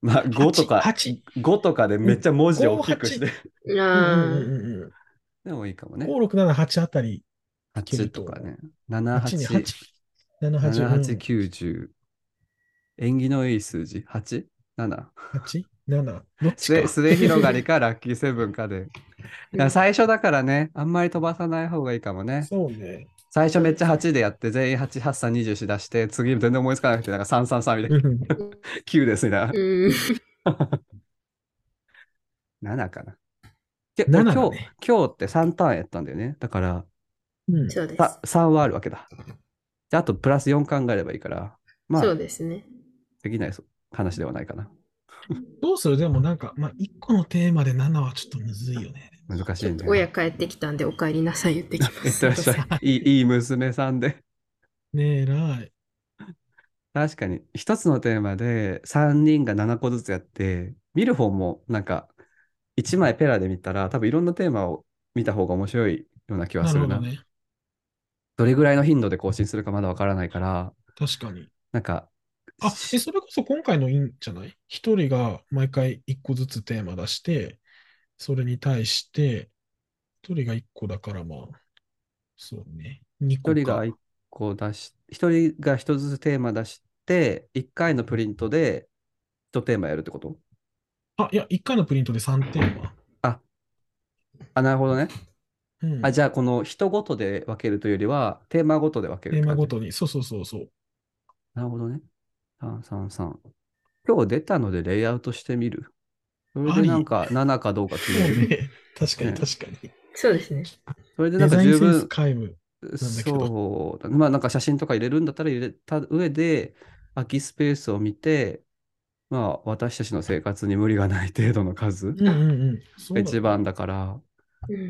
B: まあ5とか、
C: 8。
B: 5とかでめっちゃ文字を大きくして。
A: あー
B: でもいいかもね。
C: 5、6、7、8あたり。
B: 8とかね。7、
C: 8に
B: 8
C: 8。。7、8。
B: 7、8、90。縁起のいい数字。8、7。
C: 8、7。どっち
B: 末
C: か。
B: 末広がり かラッキーセブンかで。だから最初だからね、あんまり飛ばさない方がいいかもね。
C: そうね。
B: 最初めっちゃ8でやって、全員8、8、3、24出して、次全然思いつかなくて、なんか3、3、3みたいな、
C: うん
B: 9ですみたい
A: うん。
B: な。7かな。で
C: 7だね
B: 今日、今日って3ターンやったんだよね。だから
C: うん
A: そうです。
B: さ、3はあるわけだ。で、あとプラス4考えればいいから、ま
A: そ
B: あ
A: う、ですね。
B: できない話ではないかな。
C: どうするでもなんか、まあ、1個のテーマで7はちょっとむずいよね。
B: 難し
A: ち
B: い
A: ょっ
B: んだ
A: と
B: よな。
A: 親帰ってきたんでお帰りなさい言ってきま
B: いって
A: す。
B: らっしゃい。いいいい娘さんで。
C: ねえ、らい。
B: 確かに、一つのテーマで3人が7個ずつやって、見る方もなんか、1枚ペラで見たら、多分いろんなテーマを見た方が面白いような気は
C: な
B: す
C: る
B: る
C: ほ
B: な。
C: どね。
B: どれぐらいの頻度で更新するかまだわからないから、
C: 確かに。
B: なんか、
C: あ、えそれこそ今回のいいんじゃない一人が毎回一個ずつテーマ出して、それに対して、一人が一個だからまあ、そうね。二個
B: 1人が
C: か。
B: 1個出し、一人が1つずつテーマ出して、1回のプリントで1テーマやるってこと
C: あ、いや、一回のプリントで三テーマ。
B: あ、なるほどね。
C: うん。
B: あ、じゃあこの人ごとで分けるというよりは、テーマごとで分けるっ
C: テ
B: て
C: ーマ
B: 感
C: ご
B: じ
C: とに。そうそうそうそう。
B: なるほどね。3、3、3。今日出たのでレイアウトしてみる。それ
C: あ
B: で
C: り
B: なんか7かどうか決
C: そう
B: める。
C: ね。確かに
B: ね
C: 確かに。
A: そうですね。
B: それでな
C: デ
B: んか
C: ザイン
B: 十
C: センス
B: 分、
C: 皆無。なんだけど
B: そうだね。まあなんか写真とか入れるんだったら入れた上で、空きスペースを見て、まあ私たちの生活に無理がない程度の数
C: うんうんうん。そう
B: が
C: だ
B: 一番だから、
A: うん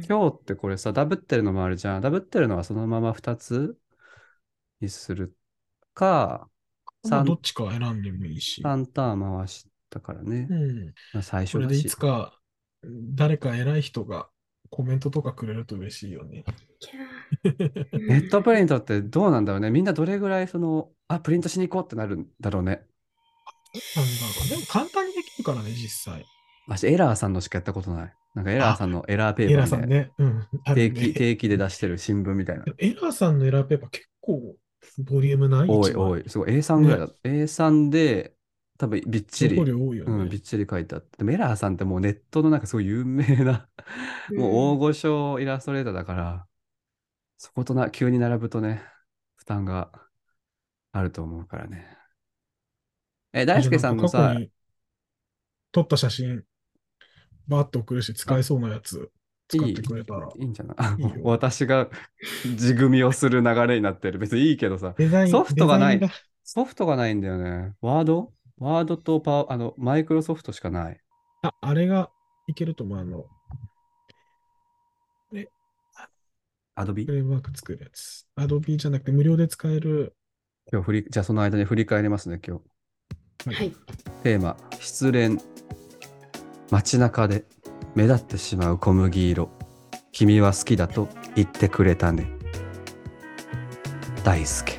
B: 今日ってこれさ、ダブってるのもあるじゃん。ダブってるのはそのまま2つにするか、
C: まあど
B: 3
C: っ、ちか選んでもいいし。
B: 三ターン回したからね。
C: うん。
B: まあ、最初
C: これ
B: だ
C: でい
B: し
C: つ。か誰か偉い人がコメントとかくれると嬉しいよね。
A: キ ャー
B: ネットプリントってどうなんだろうね。みんなどれぐらいその、あ、プリントしに行こうってなるんだろうね。
C: なんだろう。でも簡単にできるからね、実際。
B: 私、エラーさんのしかやったことない。なんかエラーさんのエラーペ
C: エ
B: ーパ
C: ラー
B: ー
C: さ
B: で、
C: んね。うん。あ
B: 定
C: る
B: 期、
C: ね。
B: 定期で出してる新聞みたいな。
C: エラーさんのエラーペーパー結構ボリュームない
B: 多い
C: 一番
B: 多い。すごい。A3 ぐらいだ。A3 で、多分びっち
C: 情報
B: り、
C: 量多いよ
B: うん、
C: ね。
B: びっちり書いてあって。でもエラーさんってもうネットのなんかすごい有名な、もう大御所イラストレーターだから、そことな、急に並ぶとね、負担があると思うからね。え、大輔さんの
C: じゃ
B: さ
C: あなか過去、に撮った写真、バーッと送るし、使えそうなやつ使ってくれたら。
B: いいんじゃない
C: いいよ
B: 私が地組みをする流れになってる。別にいいけどさ、
C: デザイン、
B: ソフトがない
C: デザインが
B: ソフトがないんだよね。ワードワードとパワあの、マイクロソフトしかない。
C: あ、あれがいけると思う。あの、
B: アドビ
C: フレームワーク作るやつ。Adobe じゃなくて無料で使える。
B: 今日振り、じゃあその間に振り返りますね、今日。
A: はい。
B: テーマ、失恋。街中で目立ってしまう小麦色。君は好きだと言ってくれたね。大輔。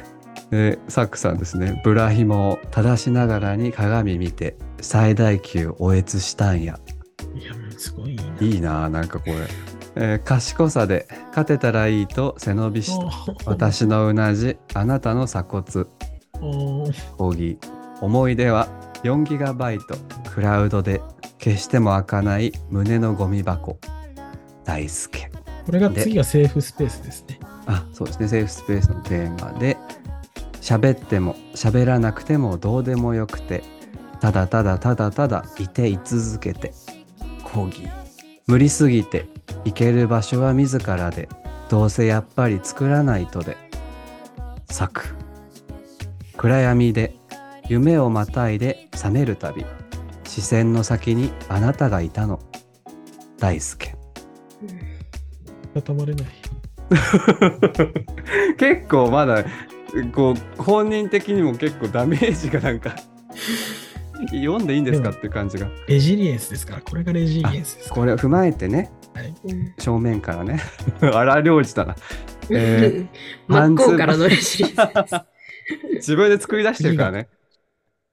B: で、サックさんですね。ブラヒモを正しながらに鏡見て、最大級おえつしたんや。
C: いや、もうすごいいいな。
B: いいなあなんかこれ、えー賢さで勝てたらいいと背伸びした
C: おー
B: 私のうなじあなたの鎖骨
C: おー
B: 講義思い出は 4GB クラウドで決しても開かない胸のゴミ箱大輔
C: これが次がセーフスペースですね。
B: あそうですねセーフスペースのテーマで喋っても喋らなくてもどうでもよくてただただただただいてい続けて講義無理すぎて行ける場所は自らでどうせやっぱり作らないとで作暗闇で夢をまたいで覚めるたび視線の先にあなたがいたの大輔
C: たまれない。
B: 結構まだこう本人的にも結構ダメージがなんか読んでいいんですかっていう感じが
C: レジリエンスですから、これがレジリエンスですから。
B: これを踏まえてね
A: うん
B: 正面からね 荒領事だな、え
A: 真っ向からのレシリーズ。
B: ー自分で作り出してるからね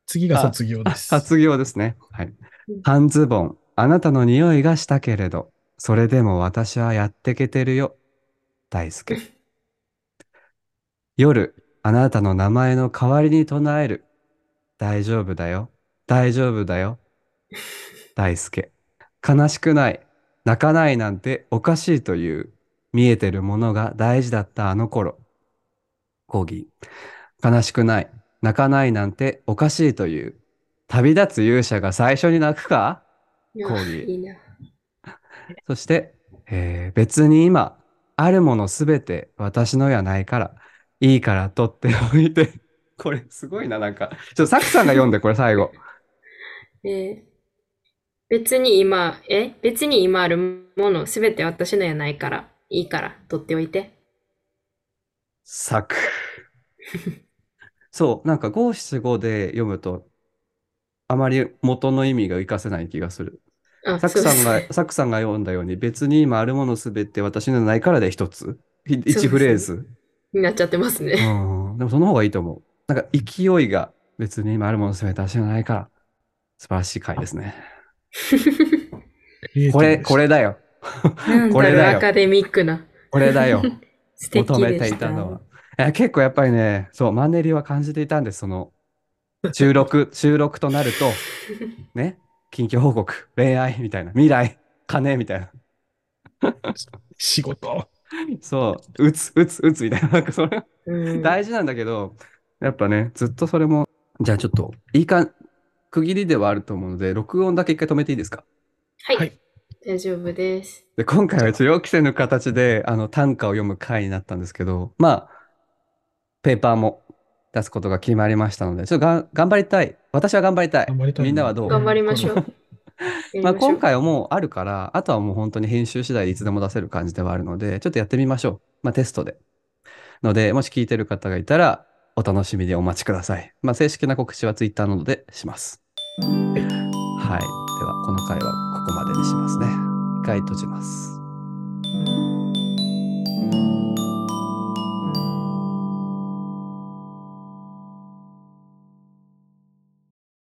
C: 次が卒業です。
B: 卒業ですねはい
A: うん
B: 半ズボンあなたの匂いがしたけれどそれでも私はやってけてるよ大輔夜あなたの名前の代わりに唱える大丈夫だよ大丈夫だよ大輔悲しくない泣かないなんておかしいという見えてるものが大事だったあの頃コギ悲しくない泣かないなんておかしいという旅立つ勇者が最初に泣くか講義
A: いいな。
B: そして、えー別に今、あるものすべて私のやないから、いいから取っておいて。 これすごいな、なんか。ちょっとサクさんが読んで、これ最後。
A: えー別に今、え別に今あるものすべて私のやないから、いいから取っておいて。
B: サク。そう、なんか五七五で読むと、あまり元の意味が活かせない気がする。
A: あ、
B: サクさん
A: そう
B: が
A: です、
B: サクさんが読んだように、別に今あるものすべて私のやないからで一つ。ひ
A: そう
B: 一フレーズ。
A: になっちゃってますね。
B: うん、でもその方がいいと思う。なんか勢いが別に今あるものすべて足しのないから、素晴らしい回ですね。
C: クリエイティ
B: こ
C: ブ
B: れ、
C: です
B: こ。れだよ。
A: なん
B: こ
A: だ
B: れ
A: ろう、
B: だよ
A: アカデミックな。
B: これだよ。
A: 素敵
B: 求め
A: で
B: てい
A: した
B: たのは。え結構やっぱりね、そう、マンネリは感じていたんです、その、収録、収録となると、ね、近況報告、恋愛みたいな、未来、金みたいな、
C: 仕事。
B: そう、打つ、打つ、打つみたいな、なんかそれ、
A: うん
B: 大事なんだけど、やっぱね、ずっとそれも、じゃあちょっと、いいか、区切りではあると思うので、録音だけ一回止めていいですか
A: はい、
C: はい
A: 大丈夫です。
B: で、今回は一応予期せぬ形で、あの、短歌を読む回になったんですけど、まあ、ペーパーも出すことが決まりましたので、ちょっとがん頑張りたい。私は頑張りたい。
C: 頑張りたいね
B: みんなはどう
A: 頑張りましょう。
B: ま
A: や
B: あ、
A: りしょう
B: 今回はもうあるから、あとはもう本当に編集次第でいつでも出せる感じではあるので、ちょっとやってみましょう。まあ、テストで。ので、もし聞いてる方がいたら、お楽しみにお待ちください。まあ、正式な告知は Twitter などでします。はい。では、この回はここまでにしますね。一回閉じます。